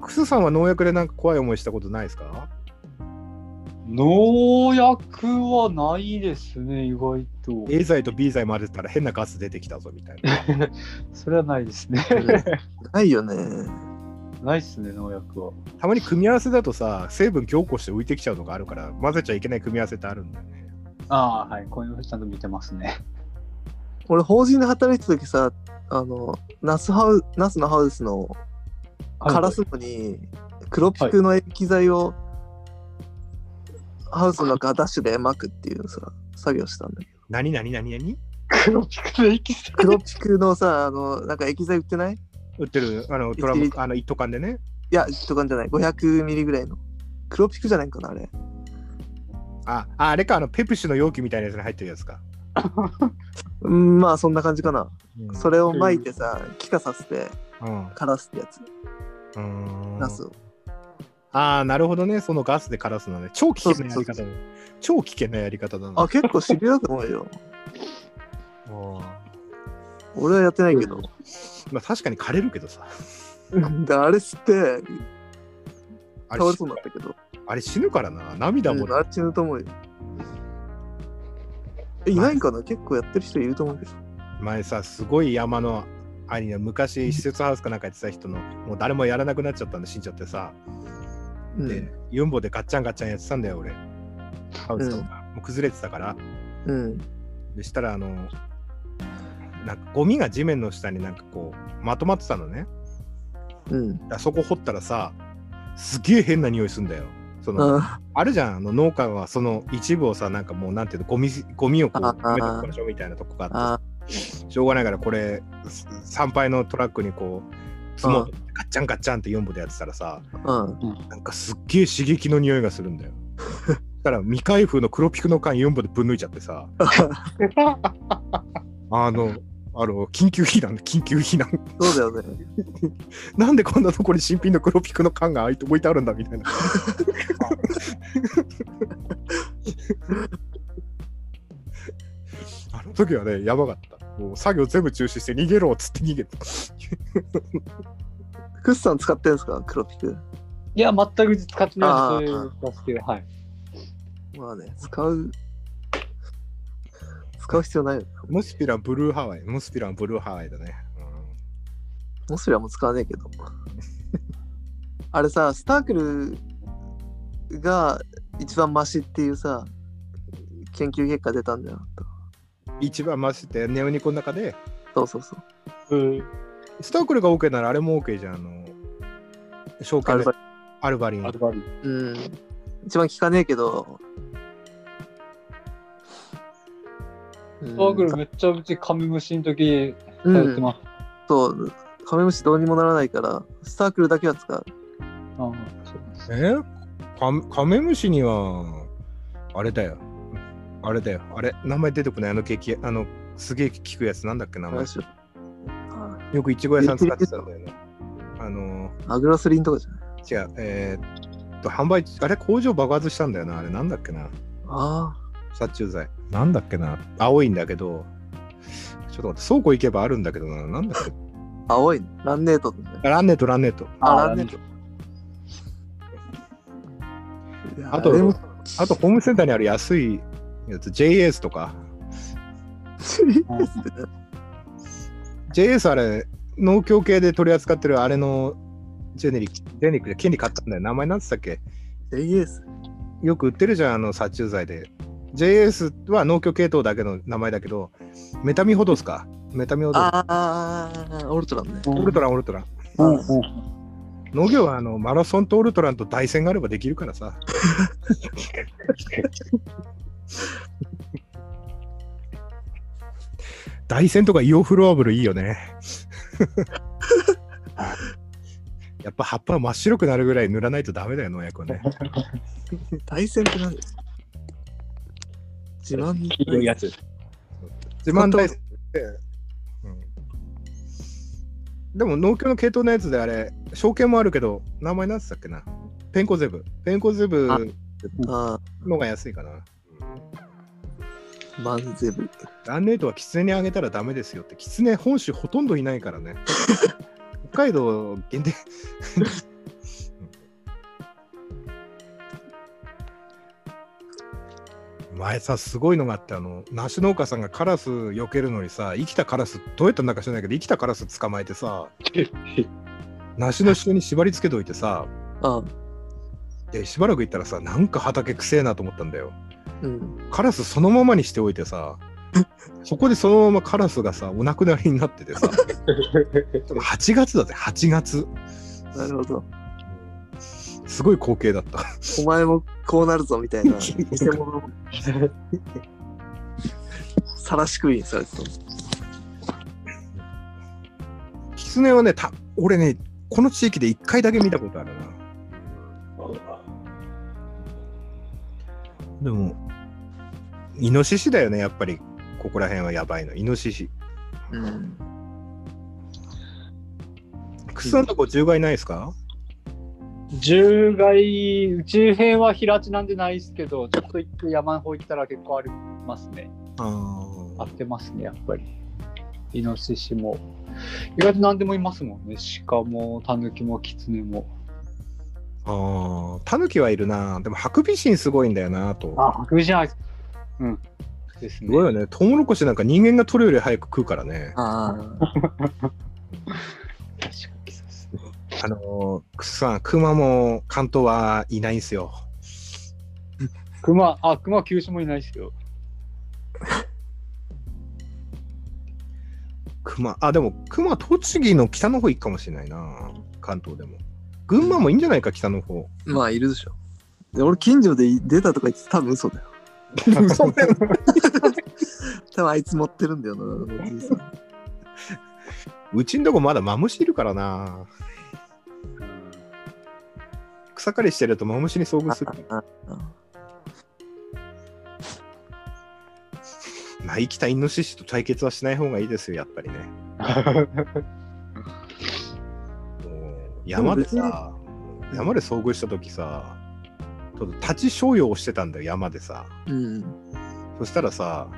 C: クスさんは農薬でなんか怖い思いしたことないですか
B: 農薬はないですね、意外と。
C: ?A 剤と B 剤混ぜたら変なガス出てきたぞみたいな。
B: それはないですね。
A: ないよね。
B: ないですね、農薬は。
C: たまに組み合わせだとさ、成分強固して浮いてきちゃうのがあるから、混ぜちゃいけない組み合わせってあるんだよね。
B: ああ、はい。こういうのちゃんと見てますね。
A: 俺、法人で働いてた時さ、あの、ナスハウナスのハウスのカラス部に黒ピクの液剤をハウスの中ダッシュで撒くっていうさ、作業したんだけど。
C: 何何何何
B: 黒ピクの液体
A: 黒ピクのさ、あの、なんか液剤売ってないい
C: 売ってる、あの、トラム、あの、一斗缶でね。
A: や、とかんじゃない。500ミリぐらいの。黒ピクじゃないかな、あれ。
C: あ、ああれか、あの、ペプシの容器みたいなやつに入ってるやつか。
A: うん、まあ、そんな感じかな。
C: うん
A: それを撒いてさ、気化させて、
C: うん。う
A: 枯らすってやつ。
C: ーん
A: ナスを。
C: ああ、なるほどね。そのガスで枯らすのね。超危険なやり
A: そう
C: 方
A: そ
C: だ。超危険なやり方だな。
A: あ、結構知りだと思う よ。
C: うん
A: 俺はやってないけど。
C: まあ、確かに枯れるけどさ。
A: で、あれ吸って、
C: あれ
A: 倒れそうになったけど。
C: あれ死ぬからな。涙
A: う
C: も
A: ん、あれ死ぬと思うよ。え、いないんかな結構やってる人いると思うけど。
C: 前さ、すごい山の兄の昔、施設ハウスかなんかやってた人の、もう誰もやらなくなっちゃったんで死んじゃってさ。
A: う
C: で
A: ん、、
C: ユンボでガッチャンガッチャンやってたんだよ、俺。ハウスとか。もう崩れてたから。
A: うん。
C: でしたらあのなんかゴミが地面の下になんかこうまとまってたのね
A: うん。
C: だからそこ掘ったらさすげえ変な匂いすんだよその、
A: あ
C: あるじゃんあの農家はその一部をさなんかもうなんていうのゴミゴミをこう
A: あー
C: 埋めておきましょうみたいなとこがあっ
A: あ
C: てしょうがないからこれす参拝のトラックにこう積もうと思ってガッチャンガッチャンって4部でやってたらさ
A: ー、うん。
C: なんかすっげえ刺激の匂いがするんだよ だから未開封の黒ピクの缶4部でぶん抜いちゃってさあのあの緊急避難緊急避難
A: そうだよね。
C: なんでこんなとこに新品の黒ピクの缶が置いてあるんだみたいな。あの時はね、やばかった。もう作業全部中止して逃げろっつって逃げた。
A: クッさん使ってんすか黒ピク。
B: いや、全く使ってないです。
A: あー
B: そういうバスケははい。
A: まあね、使う。使う必要ないよ。
C: ムスピランブルーハワイ。ムスピランブルーハワイだね。
A: モスラも使わねえけど。 あれさ、スタークルが一番マシっていうさ、研究結果出たんだよ。
C: うん一番マシってネオニコの中で、
A: そうそうそう。
B: うん
C: スタークルが OK ならあれも OK じゃん。あの、紹
A: ア
C: 介
A: ル
C: で
A: バ
C: アルバリン。
B: アルバリ。
A: うん。一番効かねえけど。うん
B: バーグルめっちゃうちカメムシの時
A: う
B: 使って
A: ん、
B: ます。
A: そう。カメムシどうにもならないから、スタークルだけは使う。
B: あーそうです
C: えカメカメムシにはあれだよあれだよあれ名前出てこないあのケーキあのすげえ聞くやつなんだっけ名前
A: よ
C: よくいちご屋さん使ってたんだよねあの
A: アグロスリンとかじゃない
C: 違うえーっと販売あれ工場爆発したんだよなあれなんだっけな
A: あ
C: 殺虫剤なんだっけな青いんだけどちょっと待って倉庫行けばあるんだけどななんだっけ
A: あ、青いねランネートだね。
C: ランネットランネット
A: あ、
B: あ
A: ランネート。いや
C: あと
A: れも
C: あとホームセンターにある安いやつ JS とか JS あれ、農協系で取り扱ってるあれのジェネリック、ジェネリックで権利買ったんだよ。名前なんつったっけ
A: JS。
C: よく売ってるじゃん、あの殺虫剤で。JS は農協系統だけの名前だけど、メタミホドスか。メタミホドス。
A: ああ、オルトランね。
C: オルトラン、オルトラン。
B: うんうん
C: 農業はあのマラソンとオルトランと対戦があればできるからさ。大戦とかイオフロアブルいいよね。やっぱ葉っぱは真っ白くなるぐらい塗らないとダメだよ、農薬はね。
A: 対戦って何ですか自慢の
B: 黄色いやつ。
C: 自慢大戦って、うんでも農協の系統のやつであれ、証券もあるけど、名前なんつったっけな。ペンコゼブ。ペンコゼブ
A: ああ
C: のが安いかな。
A: あ、マンゼブ。
C: ランネートはキツネにあげたらダメですよって、キツネ本州ほとんどいないからね。北海道限定。 前さ、すごいのがあって、あの、梨農家さんがカラス避けるのにさ、生きたカラス、どうやったんだか知らないけど、生きたカラス捕まえてさ、梨の下に縛り付けといてさ、
A: ああ、
C: でしばらく行ったらさ、なんか畑くせえなと思ったんだよ。
A: うん。
C: カラスそのままにしておいてさそこでそのままカラスがさお亡くなりになっててさ8月だぜ8月
A: なるほど。
C: すごい光景だった
A: お前もこうなるぞみたいな。偽物をさらし食いにされてた。
C: キツネはねた俺ねこの地域で1回だけ見たことあるなでもイノシシだよねやっぱりここら辺はやばいのイノシシ
A: うん。
C: クソのとこ獣害ないですか
B: 獣害、宇宙編は平地なんでないですけど、ちょっと行って山の方行ったら結構ありますね。
C: あ
B: 合ってますね、やっぱり。イノシシも。意外と何でもいますもんね。鹿も、タヌキも、キツネも。
C: あタヌキはいるなでもハクビシンすごいんだよなと
B: あ、ハクビシンアイス。うん。です
C: すご
B: ね。
C: いよね。トウモロコシなんか人間が取るより早く食うからね。
A: ああ、
B: 確かにそうですね
C: あのー、くさん、クマも関東はいないんすよ。
B: 熊、あ、熊、九州もいないですよ。
C: 熊。あ、でも、熊、栃木の北の方行くかもしれないな。関東でも。群馬もいいんじゃないか、北の方。
A: まあ、いるでしょ。で俺、近所で出たとか言ってた多分嘘だよ。
C: 嘘だよ
A: 多分あいつ持ってるんだよな、おじいさん。
C: うちんとこまだマムシいるからな。草刈りしてるとマムシに遭遇する。まあ、生きたイノシシと対決はしない方がいいですよ、やっぱりね。 もう山でさ、山で遭遇した時さ、ちょっと立ち商用をしてたんだよ、山でさ。
A: うん。
C: そしたらさ、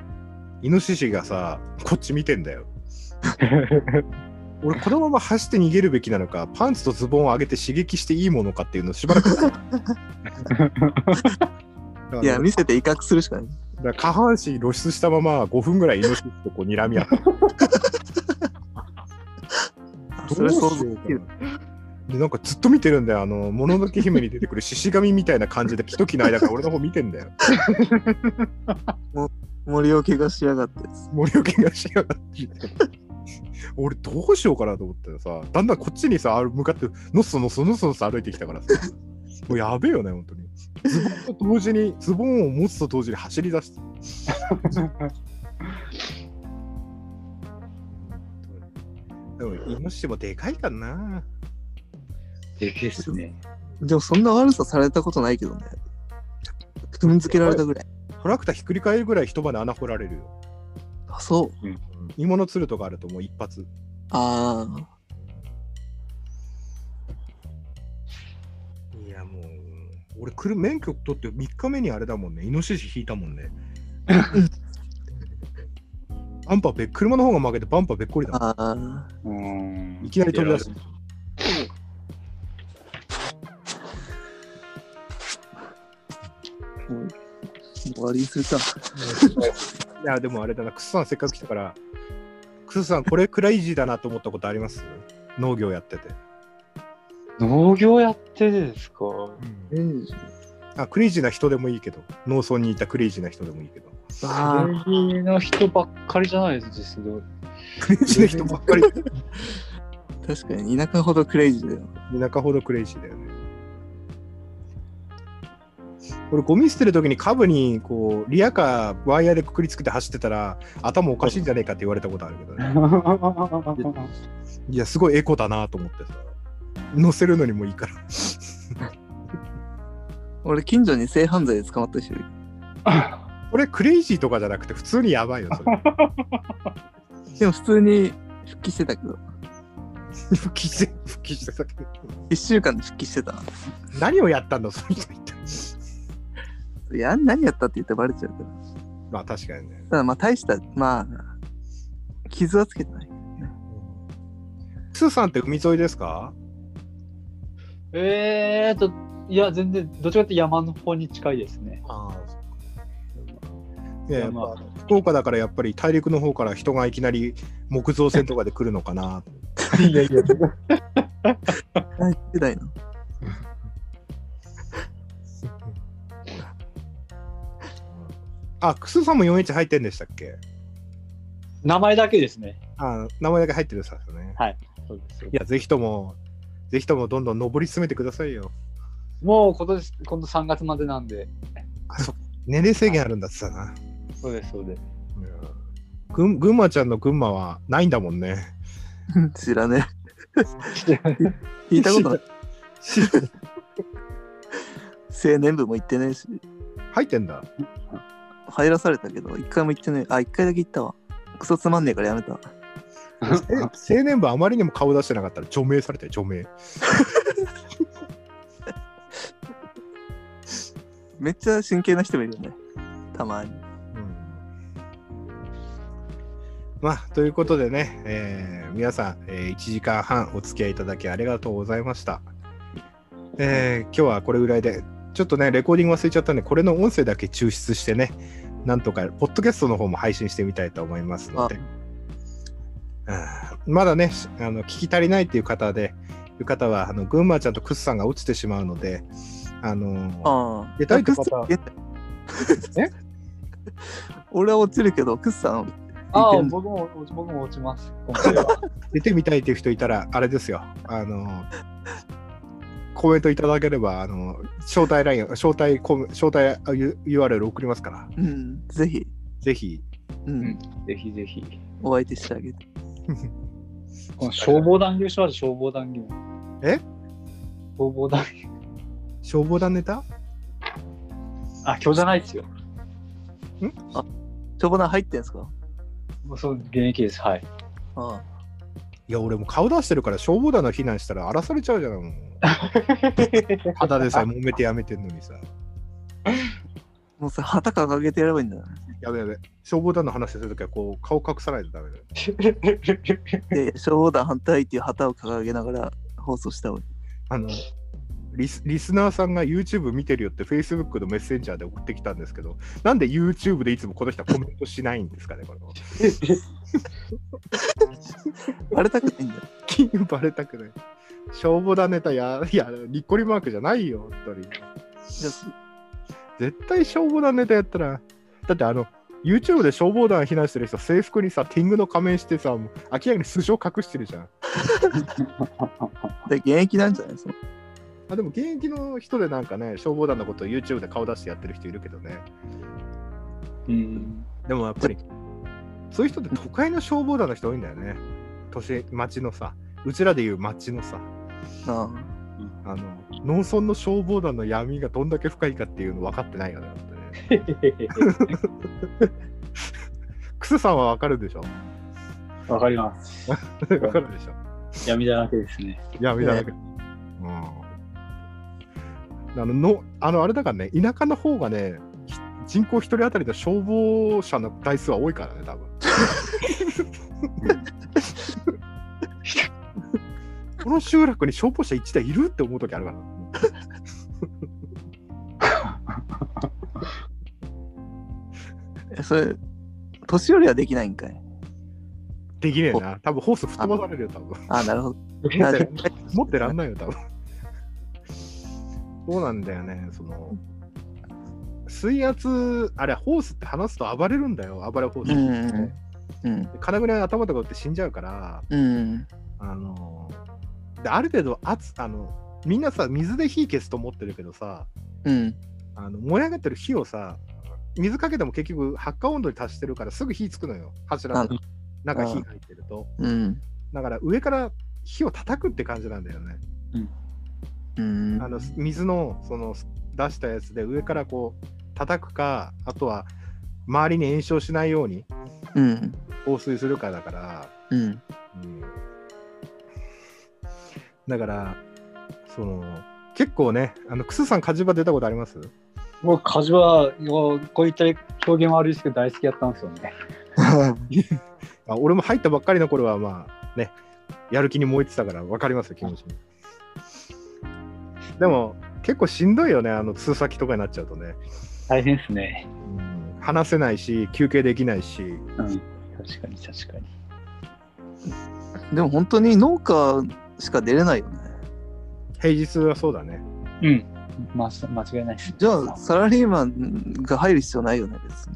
C: イノシシがさ、こっち見てん だよ。俺、このまま走って逃げるべきなのか、パンツとズボンを上げて刺激していいものかっていうのをしばらく。 だから
A: いや、見せて威嚇するしかない。
C: だから下半身露出したまま5分ぐらいイノシシとこう睨み合って
A: あ
C: ど
A: それ
C: うしよ
A: 想
C: う
A: 像できる。
C: でなんかずっと見てるんだよあの「もののけ姫」に出てくる獅子神みたいな感じで一気の間から俺の方見てん だよ
A: 森を怪我しやがって。
C: 森岡がしやがって俺どうしようかなと思ってさだんだんこっちにさ向かってのっそのっそのっそのっそ歩いてきたからさもうやべえよね本当にズボンと同時にズボンを持つと同時に走り出 してでもイノシシもでかいからな
F: でけえっすね。
A: でも、そんな悪さされたことないけどね。踏みつけられたぐらい。
C: トラクターひっくり返るぐらい一晩で穴掘られるよ
A: あ、そう。
C: 煮物つるとかあるともう一発
A: ああ。
C: いやもう俺来る免許取って3日目にあれだもんねイノシシ引いたもん ねバンパーべっ車の方が負けてバンパーべっこりだも
A: ああ。
F: うーん
C: んいきなり飛び出す
A: 終わりにするか。
C: いやでもあれだなクスさんせっかく来たからクスさんこれクライジーだなと思ったことあります農業やってて、
F: 農業やってですか
A: うん。
C: あクレイジーな人でもいいけど農村にいたクレイジーな人でもいいけど
A: ああ。
F: 芸の人ばっかりじゃないですけ ど、
C: クレイジーな人ばっかり
A: 確かに、田舎ほどクレイジーだよ。
C: 田舎ほどクレイジーだよね。俺、ゴミ捨てるときにカブにこうリアカーワイヤーでくくりつけて走ってたら頭おかしいんじゃねえかって言われたことあるけどね。いや、すごいエコだなと思ってさ。乗せるのにもいいから。
A: 俺、近所に性犯罪で捕まった人いる。
C: これクレイジーとかじゃなくて普通にやばいよ、それ。
A: でも、普通に復帰してたけど。
C: 復帰して、復帰してさっき
A: 1週間で復帰してたな。
C: 何をやったんだ、その人一体。
A: いや、何やったって言ってバレちゃうから。
C: まあ確かにね。
A: ただ、まあ、大した、まあ、傷はつけてない。
C: スーさんって海沿いですか
B: えーと、いや、全然、どっちかって山の方に近いですね。
C: ああ、ねやっぱ
B: 山
C: 福岡だからやっぱり大陸の方から人がいきなり木造船とかで来るのかな
B: いやいや、
A: 大世代の。
C: あクスさんも 4H 入ってんでしたっけ
B: 名前だけですね。
C: あ名前だけ入ってるさですよね
B: そうです
C: いやぜひともぜひともどんどん上り進めてくださいよ
B: もう今年、今度3月までなんで、
C: 年齢制限あるんだってさな、
B: そうです、そうです。
C: 群群馬ちゃんの群馬はないんだもんね
A: 知らね え。聞いたことない。
C: 知ら
A: 青年部も行ってねえし、
C: 入ってんだ
A: 入らされたけど、一回も行ってねえ。あ、一回だけ行ったわ。クソつまんねえからやめた。
C: え青年部あまりにも顔出してなかったら除名されて除名
A: めっちゃ真剣な人もいるよね。たまに。
C: まあ、ということでね、えー皆さん、え1時間半お付き合いいただきありがとうございました。えー今日はこれぐらいで、ちょっとね、レコーディング忘れちゃったんで、これの音声だけ抽出してね、なんとか、ポッドキャストの方も配信してみたいと思いますので、あーまだね、しあの聞き足りないっていう方で、いう方は、あの群馬ちゃんとクスさんが落ちてしまうので、あのー
A: ああ。
C: で大工さ ん
A: クスさんえ俺は落ちるけど、クスさん、
B: ああ、
C: 見てん
B: 僕も、僕も落ちます。今回は。
C: 出てみたいっていう人いたら、あれですよ。あの、コメントいただければ、あの、招待ライン、招待コメ、招待 U- URL 送りますから、
A: うん、ぜひ、
C: ぜひ。
A: うん、
F: ぜひぜひ。
A: お相手してあげて。
B: この消防団牛しまし消防団牛。
C: え
B: 消防団牛。
C: 消防団ネタ
B: あ、今日じゃないですよ。
A: 消防団入ってんすか
B: もうそう、現役で す。はい。
A: あ
C: いや、俺もう顔出してるから、消防団の避難したら荒らされちゃうじゃん。 もう肌でさえ揉めてやめてんのにさ。
A: あ。もうそれ旗掲げてやればいいんだな。
C: やべやべ。消防団の話するときは、こう、顔隠さないとダメだよ。
A: で、消防団反対っていう旗を掲げながら放送した方がいい。
C: あのリスリスナーさんが YouTube 見てるよって Facebook のメッセンジャーで送ってきたんですけど、なんで YouTube でいつもこの人はコメントしないんですかね、これは。
A: バレたくないんだよ。
C: 金バレたくない。消防団ネタや、いや、にっこりマークじゃないよ、本当に。
A: じゃ
C: 絶対消防団ネタやったら、だってあの、YouTube で消防団避難してる人、制服にさ、ティングの仮面してさ、もう明らかに素性隠してるじゃん。
A: あ、で現役なんじゃないですか
C: あでも現役の人でなんかね、消防団のことを YouTube で顔出してやってる人いるけどね。
F: うん。
C: でもやっぱり、そういう人って都会の消防団の人多いんだよね。都市、町のさ、うちらでいう町のさ、
A: あ
C: あの、農村の消防団の闇がどんだけ深いかっていうの分かってないよね。だってねクスさんは分かるでしょ
B: わかります。
C: 分かるでしょ
B: 闇だらけですね。
C: 闇だらけ。うん。あのの、あの、あれだからね、田舎の方がね、ひ人口一人当たりの消防車の台数は多いからね、多分。この集落に消防車1台いるって思う時あるから。
A: あ。えそれ、年寄りはできないんかい。
C: できねえな。多分ホース吹っ飛ばされるよ、多分。
A: ああ、なるほど。
C: 持って持ってらんないよ、多分。そうなんだよね、その。水圧、あれ、ホースって離すと暴れるんだよ、暴れホース。
A: うんうんうん。
C: 金ぐらい頭とか打って死んじゃうから、
A: うん。
C: あのである程度圧あの、みんなさ、水で火消すと思ってるけどさ、
A: うん。
C: あの燃え上がってる火をさ、水かけても結局、発火温度に達してるから、すぐ火つくのよ、柱
A: あ
C: の中火が入ってると。
A: うん。
C: だから、上から火を叩くって感じなんだよね。
A: うん。
C: あの水のその出したやつで上からこう叩くかあとは周りに炎症しないように
A: うん。
C: 放水するかだから、
A: うん。
C: うん、だからその結構ねあのクスさん火事場出たことあります
B: 僕、カジュアル、こういった表現悪いですけど、大好きやったんですよね。
C: あ俺も入ったばっかりの頃はまあねやる気に燃えてたから分かりますよ気持ちもでも結構しんどいよねあの通先とかになっちゃうとね、
B: 大変ですね。
C: うん話せないし休憩できないし
F: 確かに確かに。
A: でも本当に農家しか出れないよね。
C: 平日はそうだね
B: うん。まあ、間違いないです。
A: じゃあサラリーマンが入る必要ないよね、別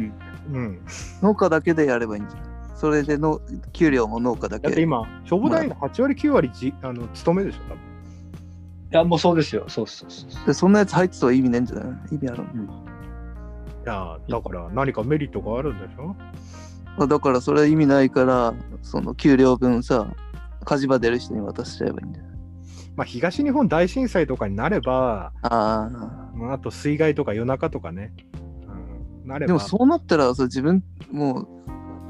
A: に。
C: うん
A: 農家だけでやればいいんじゃないそれでの給料も農家だ
C: だ
A: け。
C: って今、消防団員の8割、9割じあの勤めでしょ、多分
B: いや、もうそうですよ。そうそうそうそう。
A: でそんなやつ入ってたら意味ないんじゃない意味あるの
C: いやーだから何かメリットがあるんでしょ
A: あだからそれは意味ないから、その給料分さ、火事場出る人に渡しちゃえばいいんだよ。
C: まあ、東日本大震災とかになれば、
A: あ
C: まあ、あと水害とか夜中とかね、うん、な
A: あ。
C: れ
A: でも
C: ば、
A: そうなったらさ、自分、もう、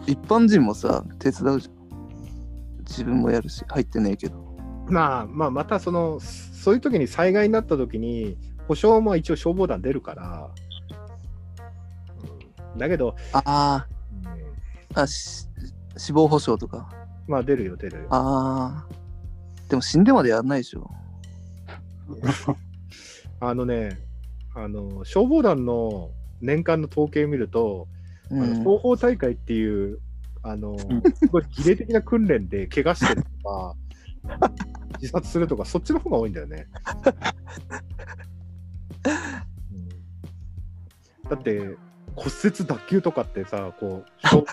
A: 一般人もさ、手伝うじゃん。自分もやるし、入ってねえけど。
C: まあ、まあ、またその、そういう時に災害になった時に、保証も一応消防団出るから、うんだけど、
A: あ
C: うん
A: あ、あ、し死亡保障とか。
C: まあ出るよ、出るよ。
A: ああ。でも死んでまでやんないでしょ。
C: あのね、あの消防団の年間の統計見ると、
A: う
C: あの
A: ん。
C: 東方大会っていう、あの、すごい儀礼的な訓練で怪我し てるとか、自殺するとか、そっちの方が多いんだよね。うんだって、骨折脱臼とかってさこう消防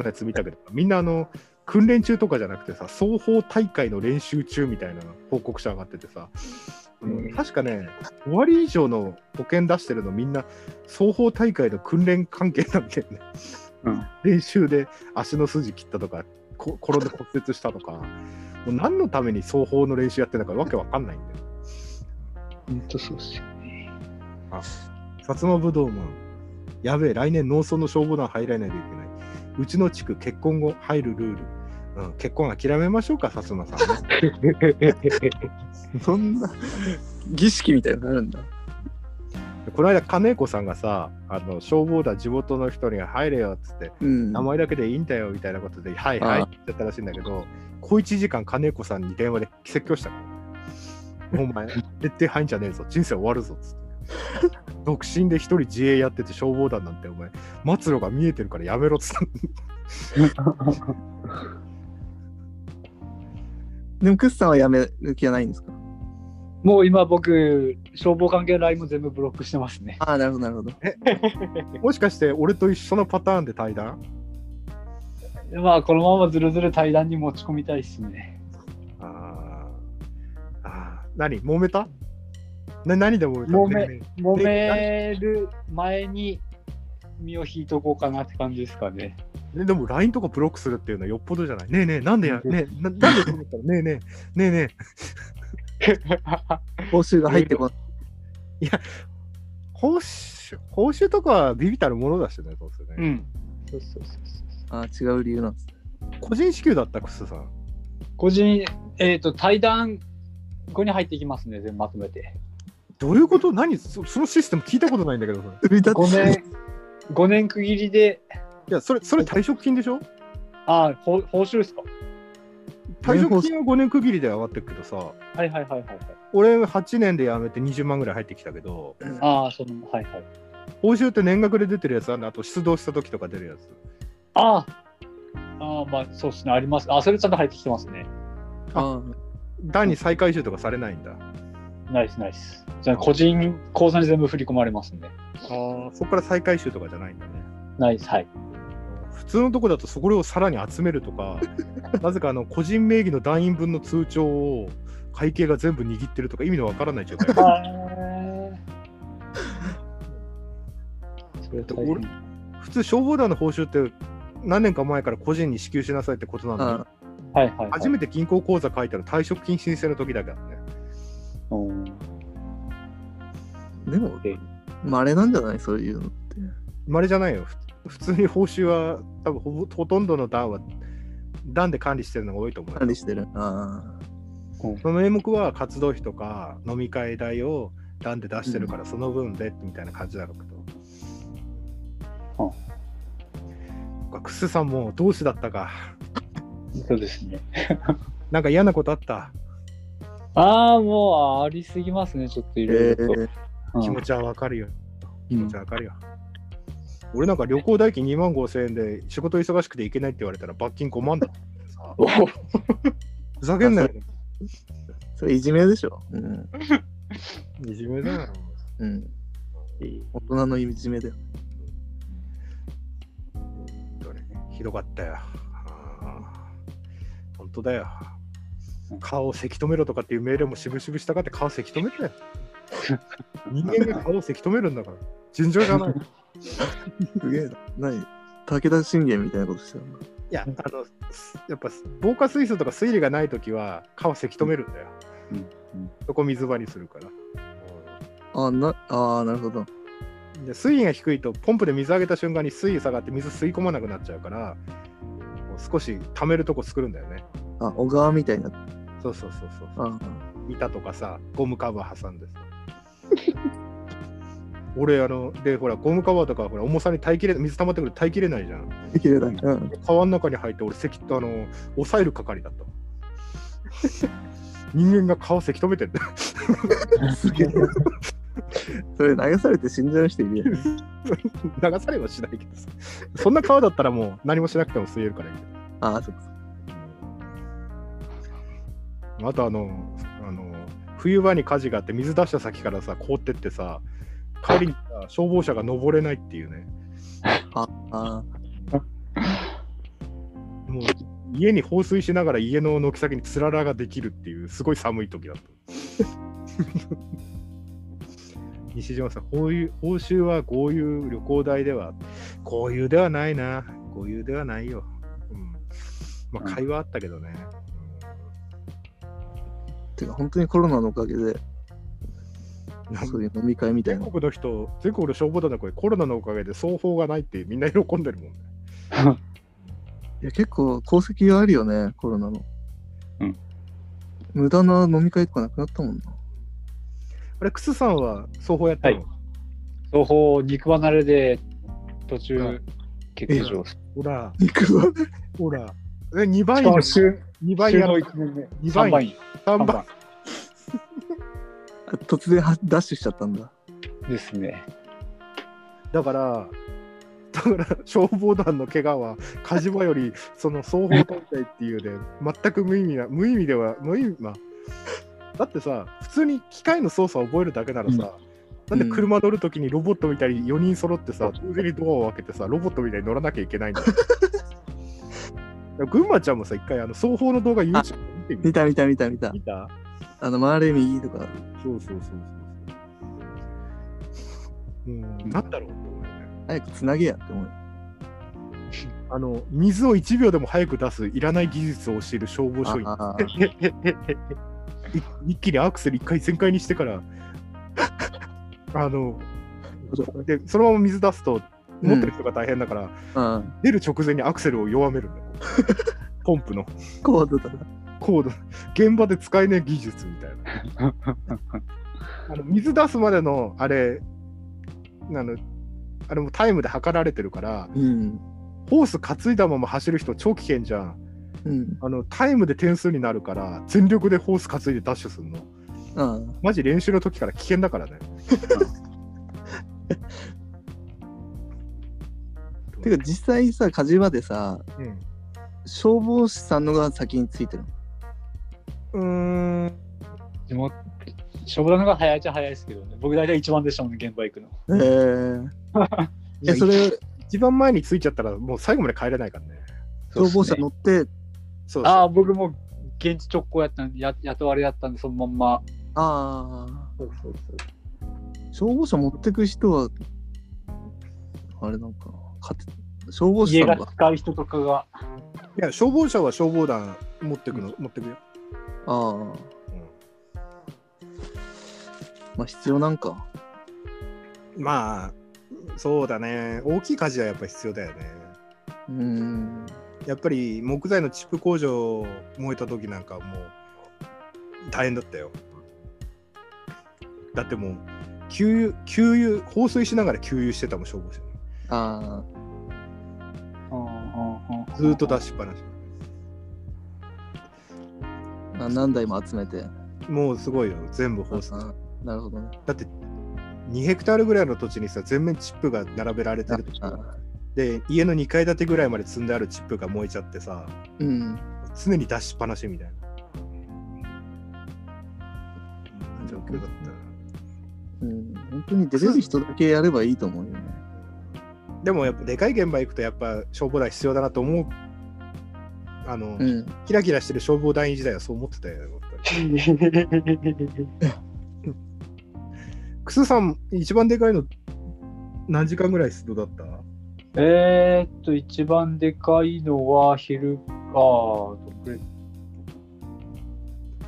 C: のやつ見たけどみんなあの訓練中とかじゃなくてさ双方大会の練習中みたいな報告書上がっててさ、うん確かね5割以上の保険出してるのみんな双方大会の訓練関係なんだよね、
F: うん
C: 練習で足の筋切ったとかこ転んで骨折したとかもう何のために双方の練習やってるのかわけわかんないんだよ
F: ほんとそうっすよね。
C: 薩摩武道マンやべえ来年農村の消防団入らないといけないうちの地区結婚後入るルール、うん、結婚諦めましょうか薩摩さんね
A: そんな儀式みたいになるんだ。
C: この間金子さんがさあの消防団地元の人に入れよっつって
A: うん。
C: 名前だけでいいんだよみたいなことで、はいはい
A: あ
C: って言っちゃったらしいんだけど小1時間金子さんに電話で説教したのお 前絶対入んじゃねえぞ人生終わるぞっつって独身で一人自衛やってて消防団なんてお前末路が見えてるからやめろっつった
A: でも、クスさんは辞める気はないんですか
B: もう今僕、消防関係の LINE も全部ブロックしてますね。
A: ああ、なるほど、なるほど。
C: もしかして俺と一緒のパターンで対談
B: まあこのままずるずる対談に持ち込みたいっすね。
C: あーあー。何揉めたな何で揉め
B: 揉
C: た
B: め揉める前に身を引いとこうかなって感じですかね。
C: ねでも LINE とかブロックするっていうのはよっぽどじゃないねえねえ、なんでや、ねえ、ななんでそうなったのねえねえ、ねえねえ、
A: 報酬が入ってこない。
C: 報酬、報酬とかはビビたるものだしね、どうせ
B: う
C: ね。
B: ん。
F: そうそうそうそう。
A: ああ、違う理由なんです。
C: 個人支給だった、クスさん。
B: 個人、えっ、と、対談後に入ってきますね、全部まとめて。
C: どういうこと何そそのシステム聞いたことないんだけど、それい
A: 売り立て
B: 5年、5年区切りで、
C: や、それ、それ退職金でしょ
B: あ、ほ報酬ですか
C: 退職金は5年区切りで上がってくけどさ、
B: はいはいはいはいはい。
C: 俺8年で辞めて20万ぐらい入ってきたけど、
B: ああ、その、はいはい。
C: 報酬って年額で出てるやつあるのあと出動した時とか出るやつ。
B: ああ、ああまあそうですね、あります。あ、それちゃんと入ってきてますね。
A: あ
C: 段に再回収とかされないんだ。
B: ナイスナイス。じゃあ、個人口座に全部振り込まれますんで。
C: あそこから再回収とかじゃないんだね。
B: ナイス、はい。
C: 普通のとこだとそこをさらに集める とか、なぜかあの個人名義の団員分の通帳を会計が全部握ってるとか意味のわからない状態。
B: それ大変
C: 俺普通消防団の報酬って何年か前から個人に支給しなさいってことな
A: あ、
C: のに、
A: あ
B: はいはい、はい。
C: 初めて銀行口座書いたら退職金申請の時だけだね。
F: うん
A: あ。でも
F: ええ、
A: まあ、あれなんじゃないそういうのって。
C: まれじゃないよ。ふ普通に報酬は多分ほぼほとんどの団は団で管理してるのが多いと思うよ。
A: 管理してる。あ
C: その名目は活動費とか飲み会代を段で出してるからその分でみたいな感じだろうけど。
F: は
C: あ、クスさんも同志だったか。
F: そうですね。
C: なんか嫌なことあった。
B: ああ、もうありすぎますね、ちょっとい
A: あ。
B: ろ
A: え
B: いろと。
A: え
B: うん
C: 気持ちはわかるよ。
A: う
C: 気持
A: ん
C: ちはわかるよ。俺なんか旅行代金2万5千円で仕事忙しくて行けないって言われたら罰金5万だったんだけどさ。
F: おお
C: ふざけんなよ。
A: それいじめでしょ。うん。
C: いじめだよ。
A: うん。大人のいじめだよ。
C: どれひどかったよ。あー本当だよ。顔をせき止めろとかっていう命令も渋々したがって顔せき止めてよ。人間が顔をせき止めるんだから。尋常じゃない。い
A: すげえな。何武田信玄みたいなことしてるんだ。
C: や、あの、すやっぱ防火水素とか水理がないときは顔せき止めるんだよ。
F: うんうん
C: そこ水場にするから。
A: ああ、な、ああ、なるほど。
C: で水位が低いとポンプで水上げた瞬間に水位下がって水吸い込まなくなっちゃうからこう少し溜めるとこ作るんだよね。
A: あ、小川みたいな。
C: そうそうそうそうそう。
A: あ
C: 板とかさゴムカバー挟んでさ 俺あのでほらゴムカバーとかほら重さに耐えきれ水溜まってくると耐えきれないじゃん
A: あ、できれない。うん。
C: 川の中に入って俺せきあの抑える係だった人間が顔せき止めてんだよ
A: すげえ。それ流されて死んじゃう人いるやん。
C: 流されはしないけどさそんな川だったらもう何もしなくても吸えるからいいけ
A: ああ、そっか。
C: どあとあのあの冬場に火事があって水出した先からさ凍ってってさ帰りにさ消防車が登れないっていうね。
A: あ
C: もう家に放水しながら家の軒先につららができるっていうすごい寒い時 だった。西島さん、こういう報酬はこういう旅行代では、こういうではないな、こういうではないよ。うん、まあ、会話あったけどね。
A: ーてか、本当にコロナのおかげで、
C: うん
A: そういう飲み会みたい
C: 全
A: な。
C: 国の人、全国の消防団の声、コロナのおかげで双方がないってみんな喜んでるもんね。
A: いや、結構功績があるよね、コロナの。
F: うん。
A: 無駄な飲み会とかなくなったもんな。
C: あれ、クスさんは双方やってるの、
F: 双方肉離れで途
C: は
F: 中欠場
C: ほら、
A: 肉は
C: ほら。え、2倍
B: し
C: じ
B: か
C: ゃん
B: も週
C: 2倍
B: 週
C: や
B: の
C: る。
B: 1年目
C: 二倍
B: 3倍
C: 3
F: 3
C: 倍
F: 番。
A: 突然はダッシュしちゃったんだ。
F: ですね
C: だから、だから消防団の怪我は火事場よりその双方大会っていうで、全く無意味な、無意味では、無意味、まあ、だってさ、普通に機械の操作を覚えるだけならさ、なんで車乗るときにロボットみたいに4人揃ってさ、同時にドアを開けてさ、ロボットみたいに乗らなきゃいけないん だよ。群馬ちゃんもさ、一回あの双方の動画 YouTube で見てみ
A: 見た見た見た見た。
C: 見た
A: あの、回れ右とか。
C: そうそうそうそうそう。うん、なんだろうと思うよね。
A: 早くつなげやって思う。
C: あの水を1秒でも早く出すいらない技術を教える消防署員
A: ああ、
C: い一気にアクセル1回全開にしてから あのでそのまま水出すと持ってる人が大変だから、
A: あ
C: 出る直前にアクセルを弱めるん だよポンプの
A: あ、コードだな。
C: 高度現場で使えねえ技術みたいな あの水出すまでのあれあのあれもタイムで測られてるから
A: うん。
C: ホース担いだまま走る人超危険じゃん
A: うん。
C: あのタイムで点数になるから全力でホース担いでダッシュするの
A: ああ、
C: マジ練習の時から危険だからね
A: てか実際さ、火事場でさ、消防士さんのが先についてるの。
C: うん
F: 地元消防団の方が早いっちゃ早いですけどね僕大体一番でしたもんね現場行くの
A: えええ、それ、
C: 一番前についちゃったらもう最後まで帰れないからね
A: 消防車乗って、
C: そう
F: あ
C: そ
F: あ僕も現地直行やったんでや雇われだったんでそのまんま
A: ああ、消防車持ってく人は、あれなんかな、勝て消防士
F: 家
A: さん
F: が
A: が、
F: 使う人とかが
C: ういや消防車は消防団持ってくの、持ってくよ
A: ああ、まあ必要なんか。
C: まあそうだね大きい火事はやっぱ必要だよね
A: うーん。
C: やっぱり木材のチップ工場燃えた時なんかもう大変だったよだってもう給油給油放水しながら給油してたもん消防車
A: あ
C: ずーっと出しっぱなし
A: あ、な何台も集めて。
C: もうすごいよ全部放水
A: ああなるほどね。
C: だって2ヘクタールぐらいの土地にさ全面チップが並べられてる
A: ああ
C: で家の2階建てぐらいまで積んであるチップが燃えちゃってさ
A: うん。
C: 常に出しっぱなしみたいなうん状況だったな
A: うん、本当に出れる人だけやればいいと思うよね。
C: でもやっぱでかい現場行くとやっぱ消防団必要だなと思うあの、
A: うん。
C: キラキラしてる消防団員時代はそう思ってたよやっぱりクスさん一番でかいの何時間ぐらい出動だった
F: えーっと一番でかいのは昼かどれ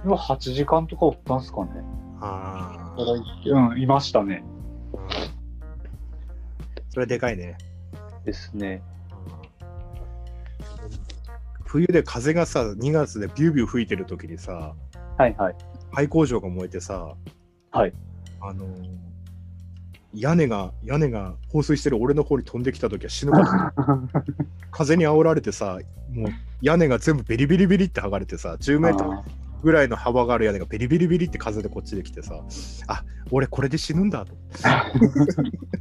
F: 今8時間とかおったんすかね
C: あー
F: うんいましたね
C: それはでかいね
F: ですね
C: 冬で風がさ2月でビュービュー吹いてる時にさ
F: はい はい
C: 廃工場が燃えてさ
F: はい
C: あのー屋根が屋根が放水してる俺の方に飛んできた時は死ぬかと思った風に煽られてさもう屋根が全部ビリビリビリって剥がれてさ10メートル
F: あ
C: ぐらいの幅がある屋根がビリビリビリって風でこっちで来てさあ俺これで死ぬんだと思って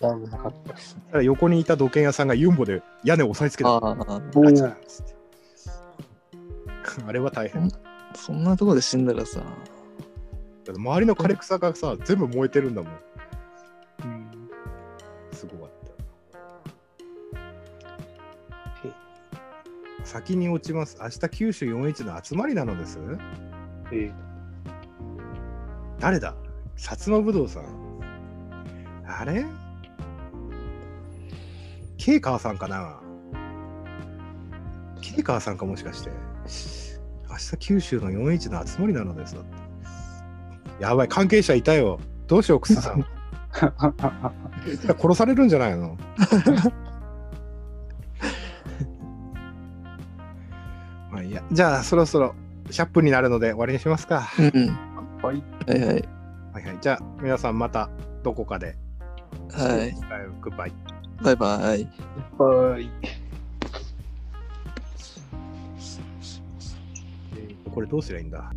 F: ーだいぶなかったですね
C: ただ横にいた土建屋さんがユンボで屋根を押さえつけて
A: あ
C: あ
A: あ、
C: ちゃんっつって あれは大変
A: そんなとこで死んだらさ、
C: ったの周りの枯れ草がさ全部燃えてるんだもん
F: うん
C: すごかった先に落ちます明日九州41の集まりなのです
F: え
C: 誰だ薩摩武道さんあれケイカワさんかなケイカワさんかもしかして明日九州の41の集まりなのですだってやばい関係者いたよどうしようクスさん殺されるんじゃないのまあいいやじゃあそろそろ100分になるので終わりにしますか
A: うん。
F: はい。
A: はいはい。
C: はいはい。じゃあ、皆さんまたどこかで。
A: はい。
C: グッバイ。
A: バイバイ。
F: はい。
C: えーとこれどうすりゃいいんだ